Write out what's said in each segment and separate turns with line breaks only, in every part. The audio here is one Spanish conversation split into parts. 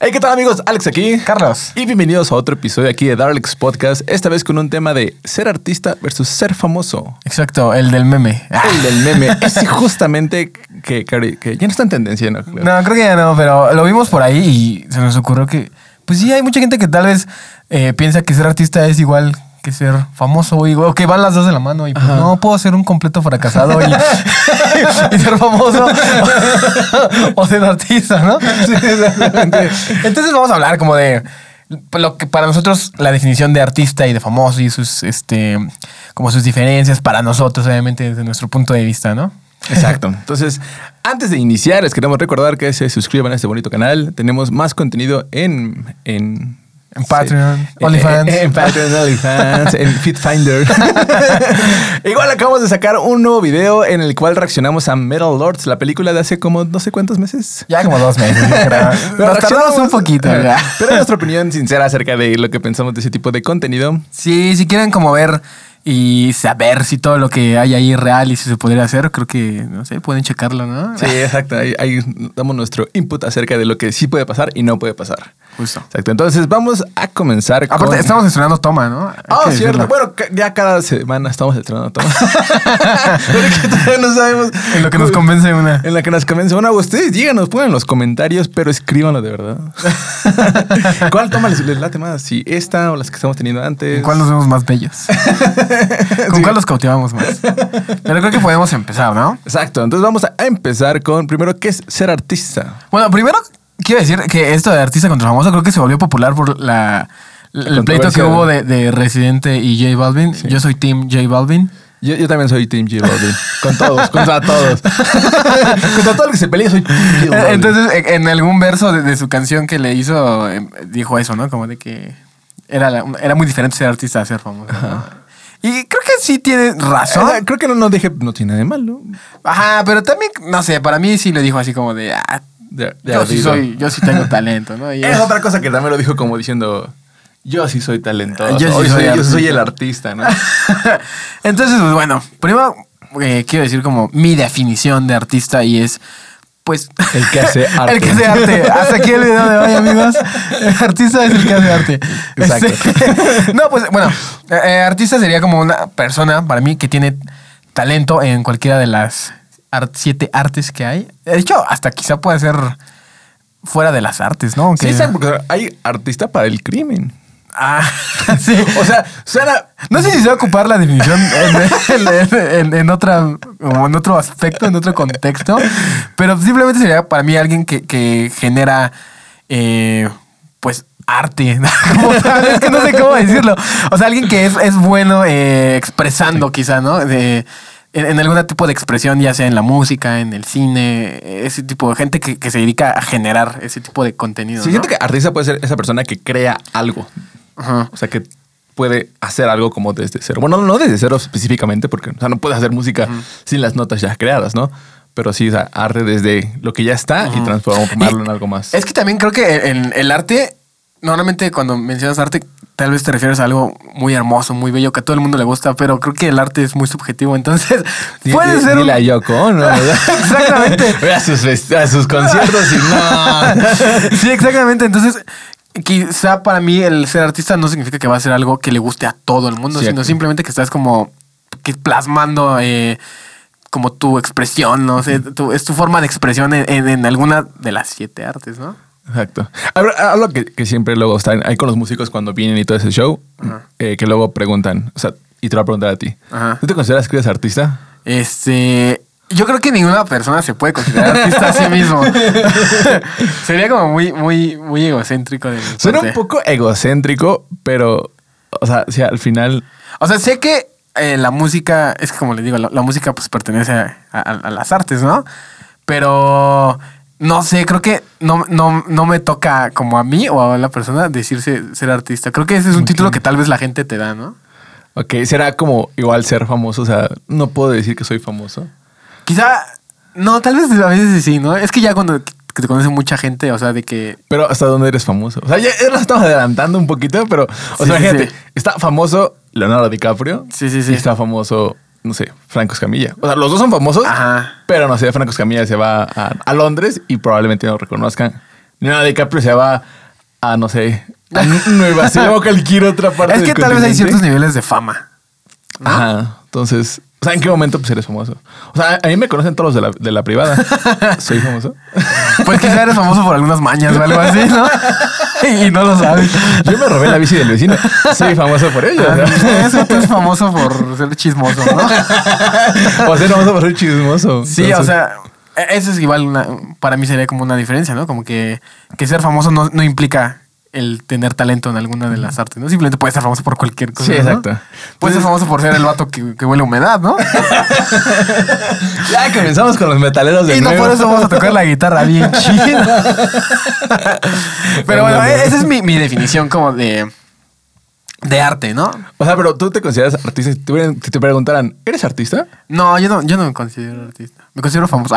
Hey, ¿qué tal amigos? Alex aquí.
Carlos.
Y bienvenidos a otro episodio aquí de Darlex Podcast, esta vez con un tema de ser artista versus ser famoso.
Exacto, el del meme. Ah.
El del meme. Ese justamente que, cari- que ya no está en tendencia, ¿no?
No, creo que ya no, pero lo vimos por ahí y se nos ocurrió que, pues sí, hay mucha gente que tal vez eh, piensa que ser artista es igual que ser famoso güey, o que van las dos de la mano y pues no puedo ser un completo fracasado y, y ser famoso o, o ser artista, ¿no? Entonces vamos a hablar como de lo que para nosotros la definición de artista y de famoso y sus este como sus diferencias para nosotros obviamente desde nuestro punto de vista, ¿no?
Exacto. Entonces, antes de iniciar, les queremos recordar que se suscriban a este bonito canal. Tenemos más contenido en... En,
En Patreon,
Sí.
OnlyFans.
En, en Patreon, OnlyFans, en FitFinder. Igual acabamos de sacar un nuevo video en el cual reaccionamos a Metal Lords, la película de hace como no sé cuántos meses.
Ya como dos meses. yo creo.
Pero
Nos tardamos
reaccionamos-
un poquito, ¿verdad?
Pero es nuestra opinión sincera acerca de lo que pensamos de ese tipo de contenido.
Sí, si quieren como ver y saber si todo lo que hay ahí es real y si se podría hacer, creo que, no sé, pueden checarlo, ¿no?
Sí, exacto. Ahí, ahí damos nuestro input acerca de lo que sí puede pasar y no puede pasar.
Justo.
Exacto. Entonces vamos a comenzar
Aparte,
con...
estamos estrenando Toma, ¿no? Hay
Ah,
que
cierto.
decirlo.
Bueno, ca- ya cada semana estamos estrenando todo. Pero que todavía no sabemos.
En lo que nos convence una.
En la que nos convence. Bueno, ustedes díganos, pongan en los comentarios, pero escríbanlo de verdad. ¿Cuál toma les, les late más? ¿Si esta o las que estamos teniendo antes?
¿Con cuál nos vemos más bellos? ¿Con cuál los cautivamos más? Pero creo que podemos empezar, ¿no?
Exacto. Entonces vamos a empezar con primero, ¿qué es ser artista?
Bueno, primero quiero decir que esto de artista contra famoso creo que se volvió popular por la, el pleito que
controversia.
hubo de, de Residente y J Balvin. Yo soy Team J Balvin.
Yo, yo también soy Team J Balvin. Con todos, contra todos. contra todo el que se pelea, soy Team J Balvin.
Eh, Entonces, en en algún verso de, de su canción que le hizo, em, dijo eso, ¿no? Como de que era, la- era muy diferente ser artista a ser famoso. ¿no? Y creo que sí tiene
Ah,
razón.
Creo que no, no dije, no tiene nada de malo.
Ajá, pero también, no sé, para mí sí le dijo así como de, ah,
De- de
yo sí
ardido.
soy, yo sí tengo talento, ¿no? Y
Es
es-
otra cosa que también lo dijo como diciendo, yo sí soy talentoso,
Yo
o
sí soy
yo
artista".
soy el artista, ¿no?
Entonces, pues bueno, primero eh, quiero decir como mi definición de artista y es, pues...
El que hace arte.
el que hace arte. Hasta aquí el video de hoy, amigos. El artista es el que hace arte.
Exacto.
Este, no, pues bueno, eh, eh, artista sería como una persona para mí que tiene talento en cualquiera de las ar- siete artes que hay. De hecho, hasta quizá puede ser fuera de las artes, ¿no?
Sí,
Aunque-
exacto, porque hay artista para el crimen.
Ah, sí.
O sea, suena...
No sé si se va a ocupar la definición en, en- en- en otra, o en otro aspecto, en otro contexto, pero simplemente sería para mí alguien que, que genera, eh, pues, arte. Como tal, es que no sé cómo decirlo. O sea, alguien que es, es bueno eh, expresando, quizá, ¿no? De- en, en algún tipo de expresión, ya sea en la música, en el cine, ese tipo de gente que, que se dedica a generar ese tipo de contenido.
Sí,
¿no?
siento que artista puede ser esa persona que crea algo.
Ajá.
O sea, que puede hacer algo como desde cero. Bueno, no desde cero específicamente, porque o sea, no puedes hacer música sin las notas ya creadas, ¿no? Pero sí, o sea, arte desde lo que ya está y transformarlo en algo más.
Es que también creo que el, el arte, normalmente cuando mencionas arte, tal vez te refieres a algo muy hermoso, muy bello, que a todo el mundo le gusta, pero creo que el arte es muy subjetivo, entonces
Di-
puede
di-
ser... un-
dile a Yoko Ono, ¿verdad?
Exactamente.
Ve a sus, fest- a sus conciertos y no.
sí, exactamente, entonces... Quizá para mí el ser artista no significa que va a ser algo que le guste a todo el mundo,
Cierto.
sino simplemente que estás como que plasmando eh, como tu expresión, no sé, tu- es tu forma de expresión en- en- en alguna de las siete artes, ¿no?
Exacto. Habla- Algo que, que siempre luego está ahí con los músicos cuando vienen y todo ese show, eh, que luego preguntan, o sea, y te va a preguntar a ti.
Ajá.
¿Tú te consideras que eres artista?
Este. Yo creo que ninguna persona se puede considerar artista a sí mismo. Sería como muy, muy, muy egocéntrico de mi
Suena
parte.
un poco egocéntrico, pero, o sea, si al final...
O sea, sé que eh, la música, es que como les digo, la, la música pues pertenece a, a- a las artes, ¿no? Pero no sé, creo que no, no, no me toca como a mí o a la persona decirse ser artista. Creo que ese es un título que tal vez la gente te da, ¿no?
Ok, será como igual ser famoso, o sea, no puedo decir que soy famoso.
Quizá, no, tal vez a veces sí, ¿no? Es que ya cuando que te conoce mucha gente, o sea, de que
Pero ¿hasta dónde eres famoso? O sea, ya, ya lo estamos adelantando un poquito, pero, o
Sí,
sea,
sí,
fíjate,
sí.
está famoso Leonardo DiCaprio.
Sí, sí, sí.
Y está famoso, no sé, Franco Escamilla. O sea, los dos son famosos,
Ajá.
pero no sé, Franco Escamilla se va a, a Londres y probablemente no lo reconozcan. Leonardo DiCaprio se va a, no sé, a Nueva Zelanda o cualquier otra parte
Es que
del
tal vez hay
continente.
ciertos niveles de fama.
Ajá. Entonces, o sea, ¿en qué momento pues, eres famoso? O sea, a mí me conocen todos los de la, de la privada. ¿Soy famoso?
Pues quizá eres famoso por algunas mañas o algo así, ¿no? y no lo sabes.
Yo me robé la bici del vecino. Soy famoso por ello. o sea.
Ah, Eso tú eres famoso por ser chismoso, ¿no?
O ser famoso por ser chismoso.
Sí, o
Entonces,
sea, e- eso es igual, una- para mí sería como una diferencia, ¿no? Como que, que ser famoso no, no implica el tener talento en alguna de las artes, ¿no? Simplemente puedes ser famoso por cualquier cosa.
Sí,
¿no?
exacto.
Puedes ser famoso por ser el vato que, que huele a humedad, ¿no?
Ya comenzamos con los metaleros de
Y no
nuevo.
por eso vamos a tocar la guitarra bien chida. Pero bueno, e- esa es mi, mi definición como de, de arte, ¿no?
O sea, pero tú te consideras artista. Si te, hubieran- si te preguntaran, ¿eres artista?
No, yo no, yo no me considero artista. Me considero famoso.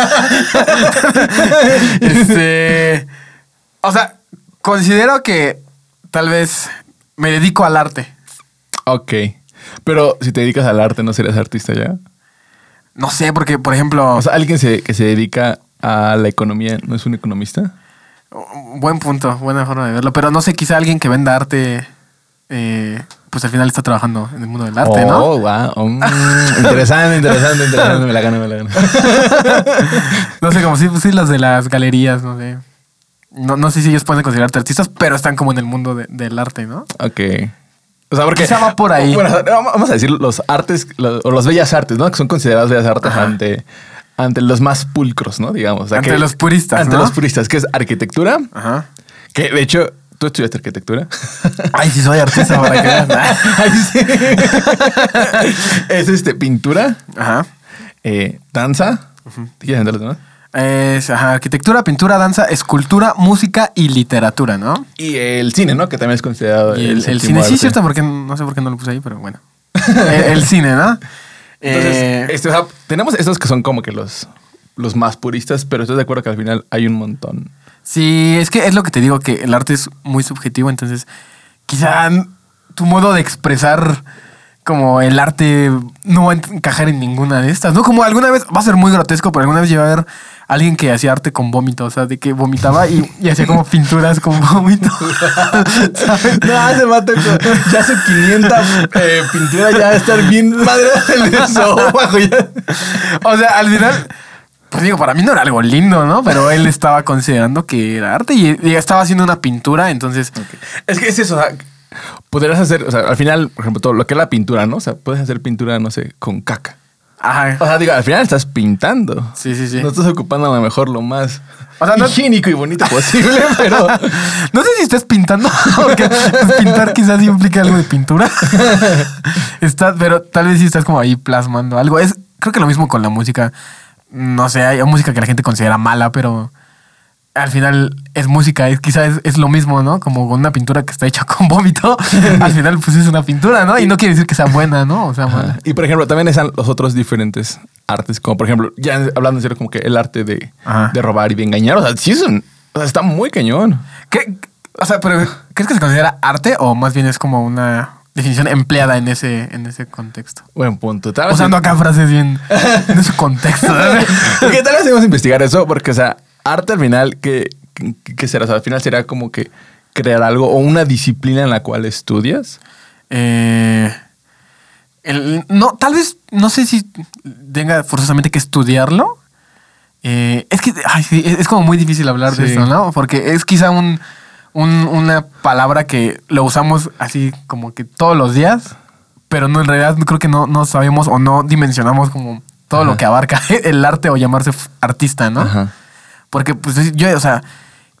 Ah, no. este. O sea, considero que tal vez me dedico al arte.
Ok. Pero si te dedicas al arte, ¿no serías artista ya?
No sé, porque, por ejemplo,
O sea, alguien se- que se dedica a la economía, ¿no es un economista?
buen punto, buena forma de verlo. Pero no sé, quizá alguien que venda arte, eh, pues al final está trabajando en el mundo del arte, ¿no?
Oh, wow. Mm, interesante, interesante, interesante. Me la gano, me la gano.
No sé, como si sí, las de las galerías, no sé. No, no sé si ellos pueden considerarte artistas, pero están como en el mundo de- del arte, ¿no?
Ok. O sea, porque.
Quizá va por ahí.
Bueno, vamos a decir los artes los- o las bellas artes, ¿no? Que son consideradas bellas artes ante, ante los más pulcros, ¿no? Digamos. o sea,
Ante
que-
los puristas,
Ante
¿no?
los puristas, que es arquitectura.
Ajá.
Que de hecho, tú estudiaste arquitectura.
Ay, sí soy artista para que veas.
Ay, sí. es este, pintura,
Ajá.
eh, danza. ¿Te quieres entrar, no?
Es ajá, arquitectura, pintura, danza, escultura, música y literatura, ¿no?
Y el cine, ¿no? Que también es considerado.
Y el, el
séptimo
cine, sí,
arte.
es cierto, porque no sé por qué no lo puse ahí, pero bueno. el, el cine, ¿no?
Entonces,
Eh,
este, o sea, tenemos estos que son como que los, los más puristas, pero estoy de acuerdo que al final hay un montón.
sí, es que es lo que te digo, que el arte es muy subjetivo, entonces quizá n- tu modo de expresar como el arte no va a encajar en ninguna de estas, ¿no? Como alguna vez, va a ser muy grotesco, pero alguna vez lleva a ver alguien que hacía arte con vómito, o sea, de que vomitaba y, y hacía como pinturas con vómito. ¿sabes?
No, se mata. Ya hace 500 pinturas, ya estar bien madre del esófago.
O sea, al final, pues digo, para mí no era algo lindo, ¿no? Pero él estaba considerando que era arte y, y estaba haciendo una pintura, entonces...
Es que es eso. o sea, podrías hacer, o sea, al final, por ejemplo, todo lo que es la pintura, ¿no? O sea, puedes hacer pintura, no sé, con caca. O
Ajá.
sea, digo, al final estás pintando.
Sí, sí, sí.
No estás ocupando a lo mejor lo más
O sea, no-
higiénico y bonito posible, pero.
No sé si estás pintando, porque pues, pintar quizás sí implica algo de pintura. Está, pero tal vez sí estás como ahí plasmando algo. Es, creo que lo mismo con la música. No sé, hay música que la gente considera mala, pero al final es música, es, quizás es, es lo mismo, ¿no? Como con una pintura que está hecha con vómito. al final, pues es una pintura, ¿no? Y no quiere decir que sea buena, ¿no? O sea, mala.
Ajá. Y por ejemplo, también están los otros diferentes artes, como por ejemplo, ya hablando en serio, como que el arte de,
Ajá.
de robar y de engañar. O sea, sí es un- o sea, está muy cañón.
¿Qué- o sea, pero ¿crees que se considera arte o más bien es como una definición empleada en ese, en ese contexto?
Buen punto. Tal vez-
Usando acá frases bien en su contexto. ¿eh? ¿sabes?
Porque tal vez debemos investigar eso, porque, o sea, arte al final, ¿qué, qué- qué será? O sea, al final será como que crear algo o una disciplina en la cual estudias.
Eh, el- no, tal vez, no sé si tenga forzosamente que estudiarlo. Eh, es que ay, sí, es es como muy difícil hablar de
Sí.
esto, ¿no? Porque es quizá un, un- una palabra que lo usamos así como que todos los días, pero no en realidad creo que no, no sabemos o no dimensionamos como todo lo
Ajá.
que abarca el arte o llamarse f- artista, ¿no?
Ajá.
Porque, pues, yo, o sea,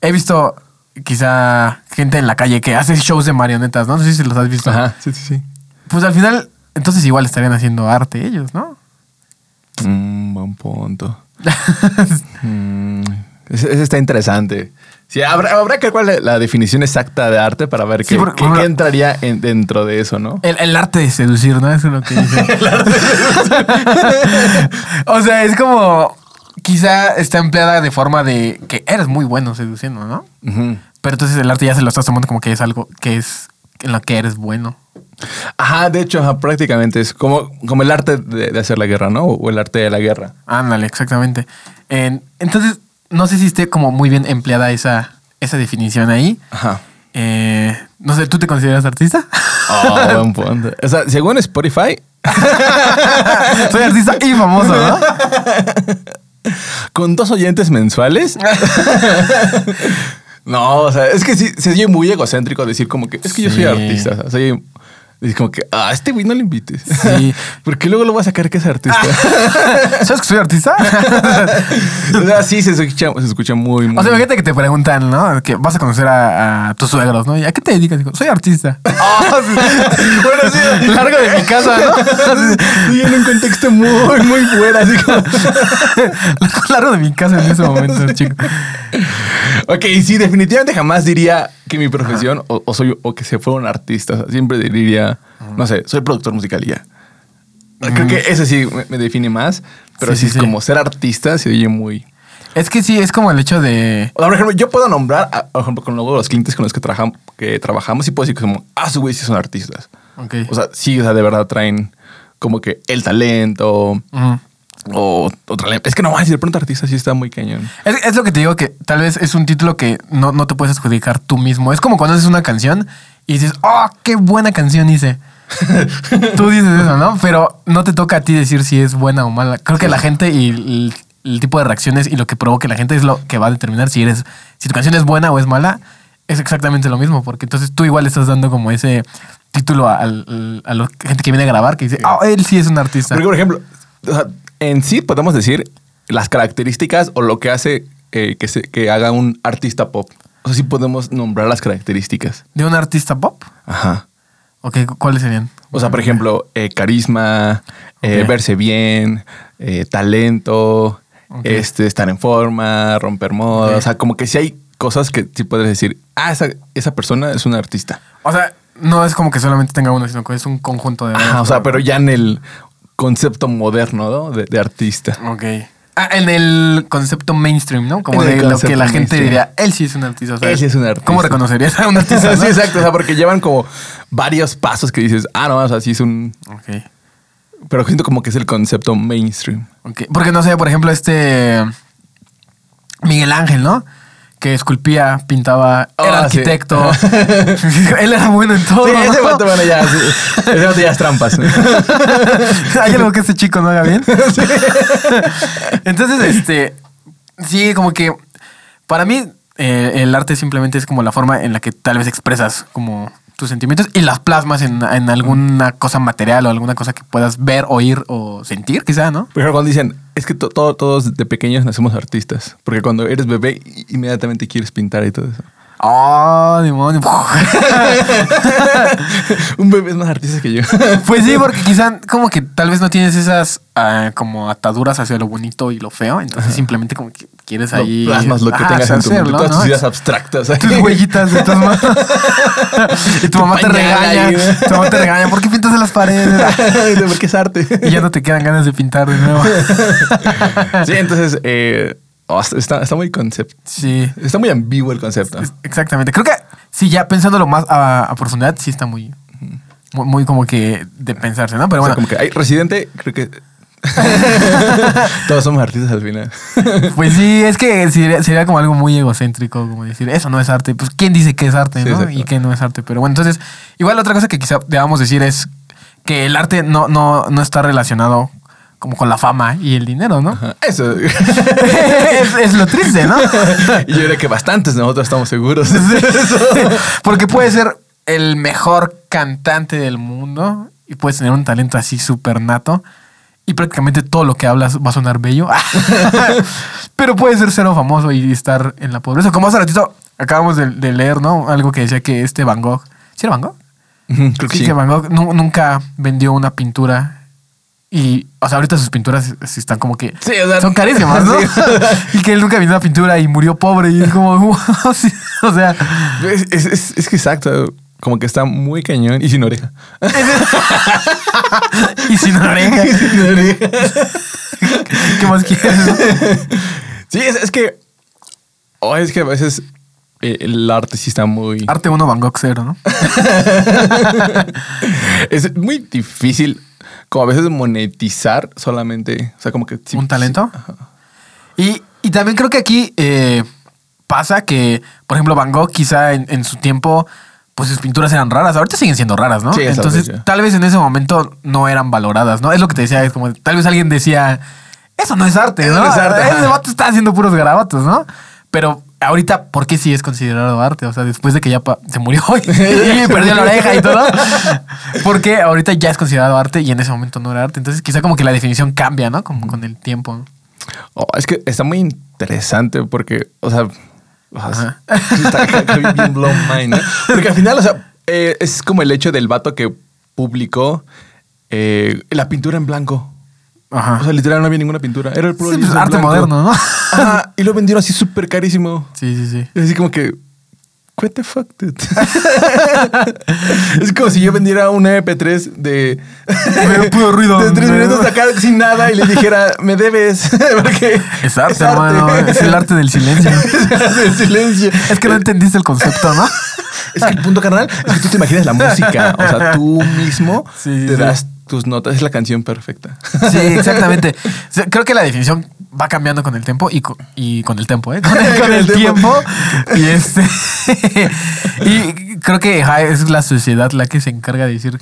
he visto quizá gente en la calle que hace shows de marionetas, ¿no? No sé si los has visto.
Ajá. Sí, sí, sí.
Pues al final, entonces igual estarían haciendo arte ellos, ¿no?
Mm, buen punto. Mm, ese, ese está interesante. Sí, habrá, habrá que ver cuál es la definición exacta de arte para ver
Sí,
qué,
porque-
qué- qué entraría en- dentro de eso, ¿no?
el, el arte de seducir, ¿no? Eso es lo que dicen. o sea, es como. Quizá está empleada de forma de que eres muy bueno seduciendo, ¿no?
Ujú.
Pero entonces el arte ya se lo estás tomando como que es algo que es en lo que eres bueno.
Ajá, de hecho, ajá, prácticamente es como, como el arte de, de hacer la guerra, ¿no? O el arte de la guerra.
Ándale, exactamente. En- entonces, no sé si esté como muy bien empleada esa, esa definición ahí.
Ajá.
Eh, no sé, ¿tú te consideras artista?
Oh, buen punto. O sea, según Spotify,
Soy artista y famoso, ¿no?
con dos oyentes mensuales. no, o sea, es que sí, se oye muy egocéntrico decir como que es que yo soy
Sí.
artista. O sea, soy- es como que, ah, a este güey no le invites.
Sí.
Porque luego lo va a sacar que es artista.
¿Sabes que soy artista?
o sea, sí, se escucha, se escucha muy, muy.
O sea, imagínate que te preguntan, ¿no? Que vas a conocer a, a tus suegros, ¿no? ¿Y a qué te dedicas? Digo, soy artista.
Ah, sí. bueno, sí.
Largo de mi casa, ¿no?
Sí, en un contexto muy, muy fuera. Así como...
Largo de mi casa en ese momento, chico.
Ok, sí, definitivamente jamás diría que mi profesión o, o soy o que se fueron artistas. Siempre diría, no sé, soy productor musical y ya. Creo que eso sí me, me define más, pero sí,
Sí, sí,
es
sí.
como ser artista se oye muy.
Es que sí, es como el hecho de...
O sea, por ejemplo, yo puedo nombrar, a- por ejemplo, con luego los clientes con los que, trabajam- que trabajamos y puedo decir que como, ah, su güey sí son artistas.
Ok.
O sea, sí, o sea, de verdad traen como que el talento
Ujú.
o otra. Es que no manches, de pronto artista sí está muy cañón.
Es, es lo que te digo que tal vez es un título que no, no te puedes adjudicar tú mismo. Es como cuando haces una canción y dices, oh, qué buena canción hice. tú dices eso, ¿no? Pero no te toca a ti decir si es buena o mala. Creo que la gente y el, el tipo de reacciones y lo que provoque la gente es lo que va a determinar si eres, si tu canción es buena o es mala. Es exactamente lo mismo, porque entonces tú igual estás dando como ese título a, al- a la gente que viene a grabar que dice, oh, él sí es un artista.
Porque, por ejemplo, o sea, en sí podemos decir las características o lo que hace eh, que, se- que haga un artista pop. O sea, sí podemos nombrar las características.
¿De un artista pop?
Ajá.
Ok, cu- ¿cuáles serían?
O sea, por ejemplo, eh, carisma, eh,
Ok.
verse bien, eh, talento, este, estar en forma, romper moda.
Ok.
O sea, como que sí hay cosas que sí puedes decir, ah, esa, esa persona es un artista.
O sea, no es como que solamente tenga uno, sino que es un conjunto de.
Ajá, o sea, pero ya en el concepto moderno ¿no? de, de artista.
Ok. Ah, en el concepto mainstream, ¿no? Como
En el
de lo que
concepto
la gente
mainstream.
diría, él sí es un artista. o sea,
Él sí es un artista.
¿Cómo reconocerías a un artista?
sí,
no?
exacto. O sea, porque llevan como varios pasos que dices, ah, no, o sea, sí es un.
Ok.
Pero siento como que es el concepto mainstream.
Ok. Porque no sé, por ejemplo, este. Miguel Ángel, ¿no? Que esculpía, pintaba, era
Ah, sí.
arquitecto. él era bueno en todo.
Sí, ese
¿no?
vato, bueno, ya. sí. ese vato ya es trampas. ¿no?
Hay algo que este chico no haga bien. Entonces, este, sí, como que para mí eh, el arte simplemente es como la forma en la que tal vez expresas como tus sentimientos y las plasmas en, en alguna cosa material o alguna cosa que puedas ver, oír o sentir, quizá, ¿no?
Por ejemplo, cuando dicen, es que to- todo- todos de pequeños nacemos artistas. Porque cuando eres bebé, i- inmediatamente quieres pintar y todo eso.
Oh, demonio.
Un bebé es más artista que yo.
Pues sí, porque quizá como que tal vez no tienes esas ah, como ataduras hacia lo bonito y lo feo, entonces simplemente como que quieres ahí
Lo plasmas lo que
Ajá,
tengas en tu mente.
hacerlo,
Todas tus
¿no?
ideas abstractas. ahí.
tus huellitas de tus manos. y tu
Tu
mamá te
pañal
regaña.
ahí, ¿no?
tu mamá te regaña. ¿Por qué pintas las paredes?
Porque es arte.
y ya no te quedan ganas de pintar de nuevo.
Sí, entonces, eh, oh, está, está muy concepto.
sí.
Está muy ambiguo el concepto.
es- Exactamente. Creo que sí, ya pensándolo más a, a profundidad, sí está muy, muy, muy como que de pensarse, ¿no? Pero
O sea,
bueno,
como que hay residente, creo que. Todos somos artistas al final.
pues sí, es que sería, sería como algo muy egocéntrico, como decir, eso no es arte. Pues, ¿quién dice que es arte,
Sí,
no?
exacto.
Y que no es arte. Pero bueno, entonces, igual otra cosa que quizá debamos decir es que el arte no, no, no está relacionado como con la fama y el dinero, ¿no?
Ajá, Eso.
es, es lo triste, ¿no?
Y yo creo que bastantes nosotros estamos seguros.
Porque puede ser el mejor cantante del mundo y puedes tener un talento así súper nato y prácticamente todo lo que hablas va a sonar bello. Pero puede ser cero famoso y estar en la pobreza. Como hace ratito acabamos de, de leer, ¿no? Algo que decía que este Van Gogh. ¿Sí era Van Gogh?
Ujú, creo que
Sí,
sí.
que Van Gogh nu- nunca vendió una pintura. Y, o sea, ahorita sus pinturas sí están como que
Sí, o sea,
son carísimas, ¿no?
sí.
y que él nunca vendió una pintura y murió pobre. Y es como, wow, sí, o sea,
Es, es- es- es que exacto. Como que está muy cañón y sin oreja.
y sin oreja. ¿Qué más quieres? no?
Sí, es, es que. oh, es que a veces eh, el arte sí está muy.
Arte 1 Van Gogh 0, ¿no?
Es muy difícil, como a veces, monetizar solamente. O sea, como que. sí-
¿Un talento?
sí, ajá.
Y, y y también creo que aquí eh, pasa que, por ejemplo, Van Gogh quizá en, en su tiempo, pues sus pinturas eran raras. Ahorita siguen siendo raras, ¿no?
Sí, esa
Entonces,
vez, ya.
tal vez en ese momento no eran valoradas, ¿no? Es lo que te decía, es como, tal vez alguien decía, eso no es arte,
Eso
¿no?
no es arte,
Ese
ajá.
vato está haciendo puros garabatos, ¿no? Pero ahorita, ¿por qué sí es considerado arte? O sea, después de que ya pa- se murió y, y perdió la oreja y todo. Porque ahorita ya es considerado arte y en ese momento no era arte. Entonces, quizá como que la definición cambia, ¿no? Como con el tiempo. ¿no?
Oh, es que está muy interesante porque, o sea, o sea,
Ajá.
está acá bien blown mind, ¿no? Porque al final, o sea, eh, es como el hecho del vato que publicó eh, la pintura en blanco.
Ajá.
O sea, literal no había ninguna pintura. Era el puro
Sí,
lienzo
pues,
en
arte
blanco.
moderno, ¿no?
Ajá, y lo vendieron así súper carísimo.
Sí, sí, sí.
Y así como que, what the fuck, dude? es como si yo vendiera un MP3 de...
Pero puro ruido.
De tres minutos acá sin nada y les dijera, me debes. Porque
Es arte, hermano. Es el arte del silencio.
el silencio.
Es que no entendiste el concepto, ¿no?
Es que el punto, carnal, es que tú te imaginas la música. O sea, tú mismo
Sí, sí,
te
sí.
das tus notas. Es la canción perfecta.
Sí, exactamente. O sea, Creo que la definición va cambiando con el tiempo y, co- y con el tiempo, ¿eh? Con el, con el tiempo. Y este. y creo que ajá, es la sociedad la que se encarga de decir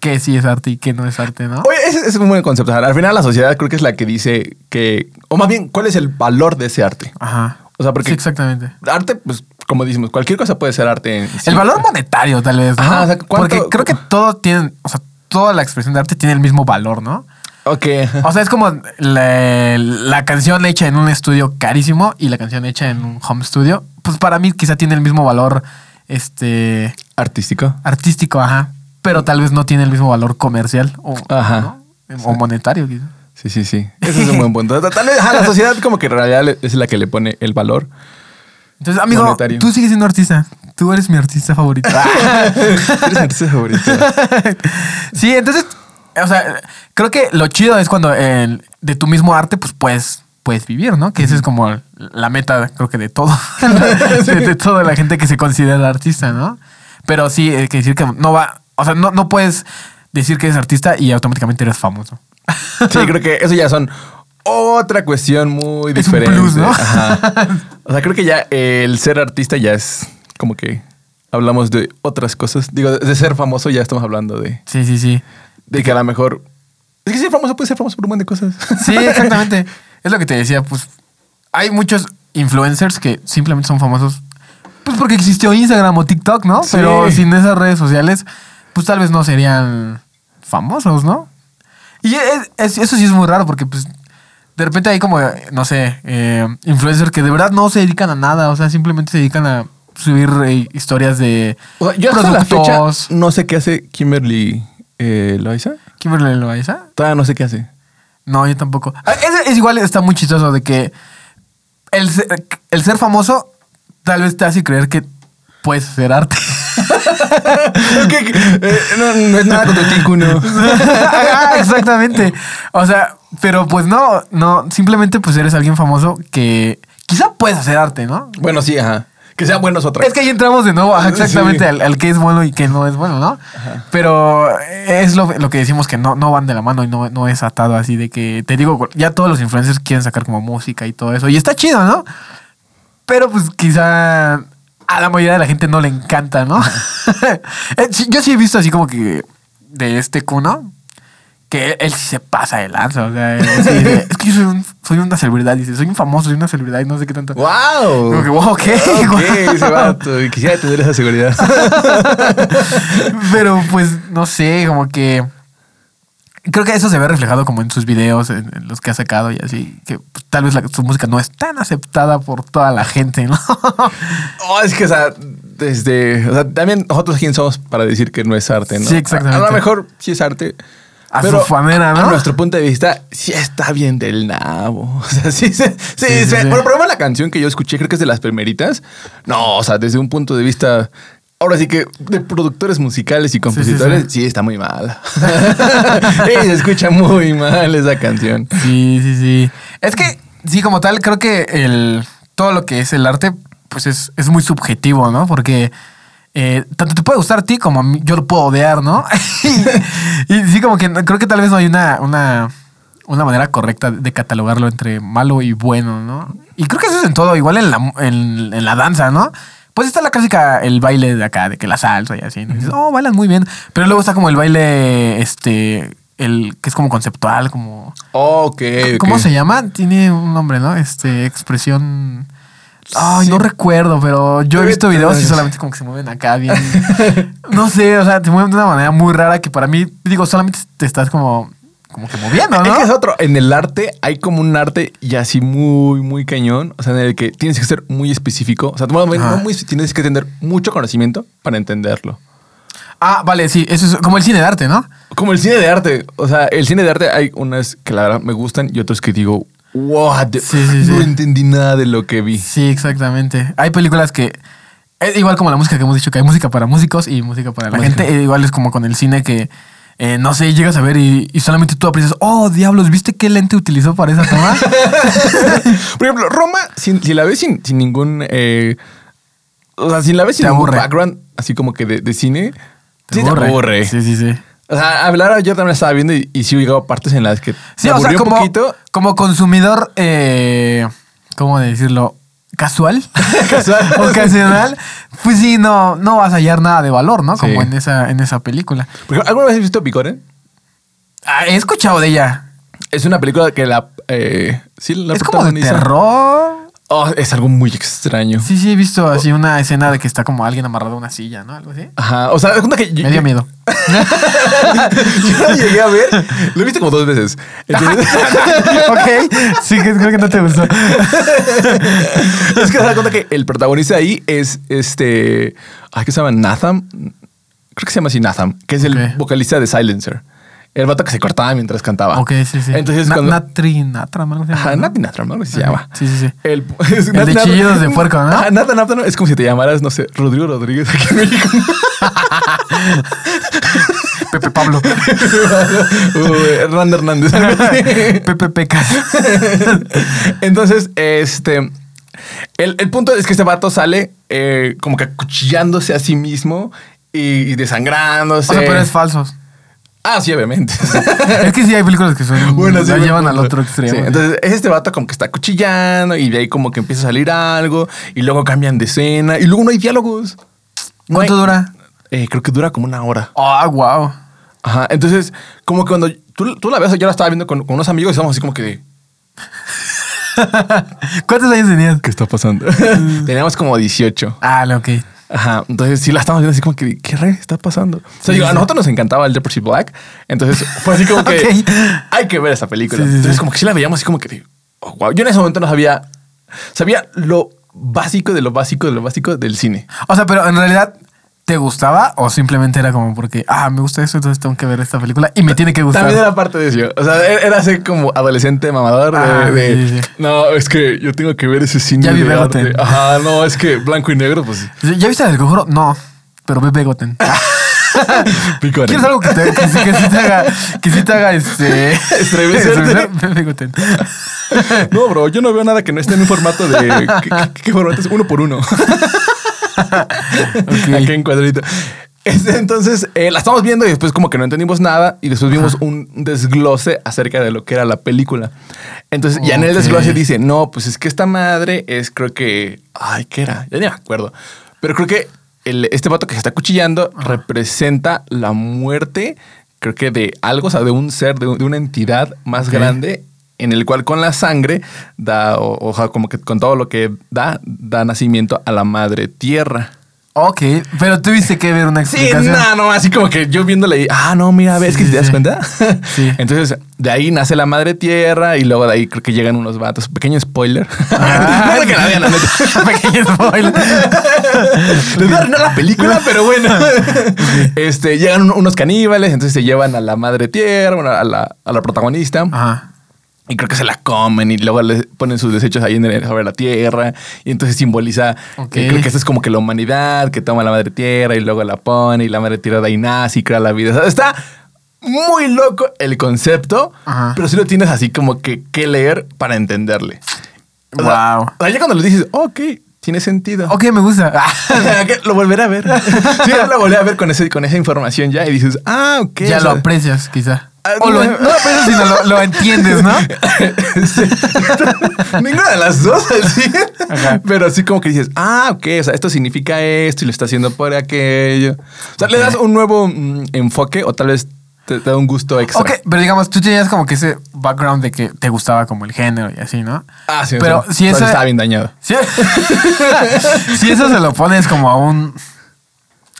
qué sí es arte y qué no es arte, ¿no?
Oye, ese ese es un buen concepto. Al final, la sociedad creo que es la que dice que. O más bien, ¿cuál es el valor de ese arte?
Ajá.
O sea, porque-
Sí, exactamente.
Arte, pues, como decimos, cualquier cosa puede ser arte. en sí.
El valor monetario, tal vez, ¿no?
Ajá, o sea, ¿cuánto-
Porque creo que todo tiene, o sea, toda la expresión de arte tiene el mismo valor, ¿no?
Ok.
O sea, es como la, la canción hecha en un estudio carísimo y la canción hecha en un home studio. Pues para mí quizá tiene el mismo valor este
Artístico.
artístico, ajá. Pero tal vez no tiene el mismo valor comercial o,
Ajá.
¿no? o monetario, quizá.
Sí, sí, sí. Ese es un buen punto. Tal vez ajá, la sociedad, como que en realidad le- es la que le pone el valor.
Entonces, amigo,
Monetario.
tú sigues siendo artista. Tú eres mi artista favorito.
Eres mi artista favorito.
sí, entonces, o sea, creo que lo chido es cuando el- de tu mismo arte, pues puedes, puedes vivir, ¿no? Que esa es como la meta, creo que de todo. de, de toda la gente que se considera artista, ¿no? Pero sí, hay que decir que no va, o sea, no, no puedes decir que eres artista y automáticamente eres famoso.
Sí, creo que eso ya son otra cuestión muy
Es un
diferente.
plus, ¿no?
Ajá. O sea, creo que ya el ser artista ya es como que hablamos de otras cosas. Digo, de- de ser famoso ya estamos hablando de,
Sí, sí, sí.
de que a lo mejor... Es que ser famoso puede ser famoso por un montón de cosas.
Sí, exactamente. Es lo que te decía, pues hay muchos influencers que simplemente son famosos pues porque existió Instagram o TikTok, ¿no?
Sí.
Pero sin esas redes sociales, pues tal vez no serían famosos, ¿no? Y es- es- eso sí es muy raro porque pues de repente hay como, no sé, eh, influencers que de verdad no se dedican a nada, o sea, simplemente se dedican a subir eh, historias de
O sea, yo hasta la fecha no sé qué hace Kimberly eh, Loaiza.
Kimberly Loaiza.
Todavía no sé qué hace.
No, yo tampoco. Ah, Es, es igual, está muy chistoso de que el ser, el ser famoso tal vez te hace creer que puedes hacer arte.
Ok, eh, no, no es nada contra el Tincuno.
Ajá, exactamente. O sea, pero pues no, no, simplemente pues eres alguien famoso que quizá puedes hacer arte, ¿no?
Bueno, sí, ajá. Que sean buenos otra
Es que ahí entramos de nuevo, ajá,
Sí.
exactamente, al, al que es bueno y que no es bueno, ¿no? Pero es lo, lo que decimos que no, no van de la mano y no, no es atado así de que, te digo, ya todos los influencers quieren sacar como música y todo eso. Y está chido, ¿no? Pero pues quizá a la mayoría de la gente no le encanta, ¿no? Eh, sí, Yo sí he visto así como que de este cuno. Que él, él sí se pasa de lanza, o sea, él sí dice, es que yo soy, un- soy una celebridad, dice, soy un famoso, soy una celebridad y no sé qué tanto.
¡Wow!
Como que, wow, ok,
Ah, Ok,
wow.
ese vato. Quisiera tener esa seguridad.
Pero pues no sé, como que creo que eso se ve reflejado como en sus videos, en, en los que ha sacado y así, que pues, tal vez la- su música no es tan aceptada por toda la gente, ¿no?
Oh, es que, o sea, desde. O sea, también nosotros quién somos para decir que no es arte, ¿no?
Sí, exactamente.
A, a lo mejor sí es arte.
A su manera, ¿no?
A nuestro punto de vista, sí está bien del nabo. O sea, sí, se- sí,
sí,
se-
sí.
Bueno, por lo menos la canción que yo escuché, creo que es de las primeritas. No, o sea, desde un punto de vista. Ahora sí que de productores musicales y compositores, sí, está muy mal. Sí, se escucha muy mal esa canción.
Sí, sí, sí. Es que, sí, como tal, creo que el, todo lo que es el arte, pues es, es muy subjetivo, ¿no? Porque eh, tanto te puede gustar a ti como a mí, yo lo puedo odiar, ¿no? y, sí, como que no- creo que tal vez no hay una, una, una manera correcta de catalogarlo entre malo y bueno, ¿no? Y creo que eso es en todo, igual en la, en, en la danza, ¿no? Pues está la clásica, el baile de acá, de que la salsa y así. ¿no? Y dices, oh, bailan muy bien. Pero luego está como el baile, este, el que es como conceptual, como...
Ok. Eh, ok.
¿Cómo se llama? Tiene un nombre, ¿no? Este, expresión... Ay, no recuerdo, pero yo he visto videos y solamente como que se mueven acá bien. No sé, o sea, se mueven de una manera muy rara que para mí, digo, solamente te estás como, como que moviendo, ¿no?
Es que es otro. En el arte hay como un arte y así muy, muy cañón. O sea, en el que tienes que ser muy específico. O sea, bueno, no muy- tienes que tener mucho conocimiento para entenderlo.
Ah, vale, sí, eso es como el cine de arte, ¿no?
Como el cine de arte. O sea, el cine de arte hay unas que la verdad me gustan y otras que digo, what?
Sí, sí,
no
sí.
entendí nada de lo que vi.
Sí, exactamente. Hay películas que. Es igual como la música que hemos dicho, que hay música para músicos y música para la
Música.
gente. eh, igual es como con el cine que. eh, no sé, llegas a ver y, y solamente tú aprecias, oh, diablos, ¿viste qué lente utilizó para esa toma?
Por ejemplo, Roma, sin- si, la ves sin, sin ningún. eh, o sea, si la ves sin
Te
ningún
aburre.
background, así como que de, de cine, sí te aburre.
Sí, sí, sí.
O sea, hablar yo también la estaba viendo y, y sí llegaba partes en las que
Sí,
me
o sea,
aburrió
como,
un poquito.
como consumidor, eh, ¿cómo decirlo? Casual,
Casual.
ocasional, pues sí, no, no vas a hallar nada de valor, ¿no?
Sí.
Como en esa, en esa película.
Por ejemplo, ¿Alguna vez has visto Picore?
Ah, he escuchado de ella.
Es una película que la. eh, sí, la
es como de
protagoniza.
terror.
Oh, es algo muy extraño.
Sí, sí, he
Oh.
visto así una escena de que está como alguien amarrado a una silla, ¿no? Algo así.
Ajá. O sea, haz cuenta que. yo-
Me dio miedo.
yo la llegué a ver. Lo viste como dos veces.
Ah,
Entonces-
ok, sí, que creo que no te gustó.
es que se da cuenta que el protagonista ahí es este. Ay, ¿qué se llama? Natham. Creo que se llama así Natham, que es el
Ok.
vocalista de Silencer. El vato que se cortaba mientras cantaba.
Ok, sí, sí.
Entonces,
Na-
cuando.
Natri, Natram, algo así,
Ajá,
¿no?
Nathan Nathan, algo así se
Ajá.
llama.
Sí, sí, sí.
El,
El de chillidos de puerco, ¿no?
Ajá, Nathan Nathan es como si te llamaras, no sé, Rodrigo Rodríguez aquí en México.
Pepe Pablo.
Uh, Hernán Hernández. algo así.
Pepe Pecas.
Entonces, este. El, el punto es que este vato sale eh, como que acuchillándose a sí mismo y, y desangrándose.
O sea, pero es falso.
Ah, sí, obviamente.
Es que sí hay películas que son
Bueno, sí,
la
buen
llevan al
punto.
otro extremo.
Sí, entonces es este vato como que está cuchillando y de ahí como que empieza a salir algo y luego cambian de escena y luego no hay diálogos. No
¿Cuánto
hay-
dura?
Eh, creo que dura como una hora.
Ah, wow.
Ajá. Entonces, como que cuando tú, tú la ves, yo la estaba viendo con, con unos amigos y estábamos así como que de,
¿Cuántos años tenías?
¿Qué está pasando? Teníamos como 18.
Ah, no, ok.
Ajá, entonces sí la estamos viendo así como que, ¿qué re está pasando? O sea,
Sí,
digo, a
sí.
nosotros nos encantaba el Leprosy Black, entonces fue así como que
Ok.
hay que ver esa película.
Sí, sí,
entonces
sí.
como que sí la veíamos así como que, oh, wow. Yo en ese momento no sabía, sabía lo básico de lo básico de lo básico del cine.
O sea, pero en realidad, ¿te gustaba o simplemente era como porque, ah, me gusta eso, entonces tengo que ver esta película y me tiene que gustar?
También era parte de eso. O sea, era- era ser como adolescente mamador de,
Ah,
de,
sí, sí.
no, es que yo tengo que ver ese cine
Ya vi
de
Begotten.
arte". Ajá, no, es que blanco y negro, pues
¿Ya viste el conjuro? No, pero ve Begoten.
pico
¿Quieres algo que, te, que, sí- que sí te haga, que sí te haga este.
Estremecerte.
estremecer? Ve Begoten.
No, bro, yo no veo nada que no esté en un formato de. ¿Qué, qué- qué formato es? Uno por uno. Aquí en cuadrito. Este, Entonces, eh, la estamos viendo y después como que no entendimos nada y después vimos un desglose acerca de lo que era la película. Entonces, ya en el
Ok.
desglose dice, no, pues es que esta madre es creo que... Ay, ¿qué era? Ya ni me acuerdo. Pero creo que el- este vato que se está cuchillando representa la muerte, creo que de algo, o sea, de un ser, de, un- de una entidad más
Ok.
grande en el cual con la sangre da, o, o sea, como que con todo lo que da, da nacimiento a la madre tierra.
Ok, pero tuviste que ver una
Sí,
explicación.
no, no, así como que yo viéndole y, ah, no, mira, ves
Sí,
que
sí,
te das
sí.
cuenta.
Sí.
Entonces, de ahí nace la madre tierra y luego de ahí creo que llegan unos vatos. Pequeño spoiler.
Ah.
no creo que la vean, la neta.
Pequeño spoiler.
Les voy a arruinar la película, pero bueno. este, llegan un- unos caníbales, entonces se llevan a la madre tierra, bueno, a la, a la protagonista.
Ajá.
Y creo que se la comen y luego les ponen sus desechos ahí en el- sobre la tierra. Y entonces simboliza,
Ok.
eh, creo que esto es como que la humanidad que toma la madre tierra y luego la pone y la madre tierra da y nace y crea la vida. O sea, está muy loco el concepto,
Ajá.
pero sí lo tienes así como que, que leer para entenderle. O sea,
Wow.
o sea, ya cuando lo dices, ok, tiene sentido.
Ok, me gusta.
O sea, que lo volveré a ver. sí, lo volveré a ver con, ese, con esa información ya y dices, ah, ok.
ya
o
lo
sea,
aprecias, quizá.
Ah,
O lo, no lo piensas, sino lo, lo entiendes, ¿no?
Ninguna de las dos, así. Pero así como que dices, ah, ok, o sea, esto significa esto y lo está haciendo por aquello. O sea, le das un nuevo mm, enfoque o tal vez te, te da un gusto extra.
Ok, pero digamos, tú tenías como que ese background de que te gustaba como el género y así, ¿no?
Ah, sí,
Pero
sí.
si
Entonces
esa-
Estaba bien dañado.
Si, e- si eso se lo pones como a un.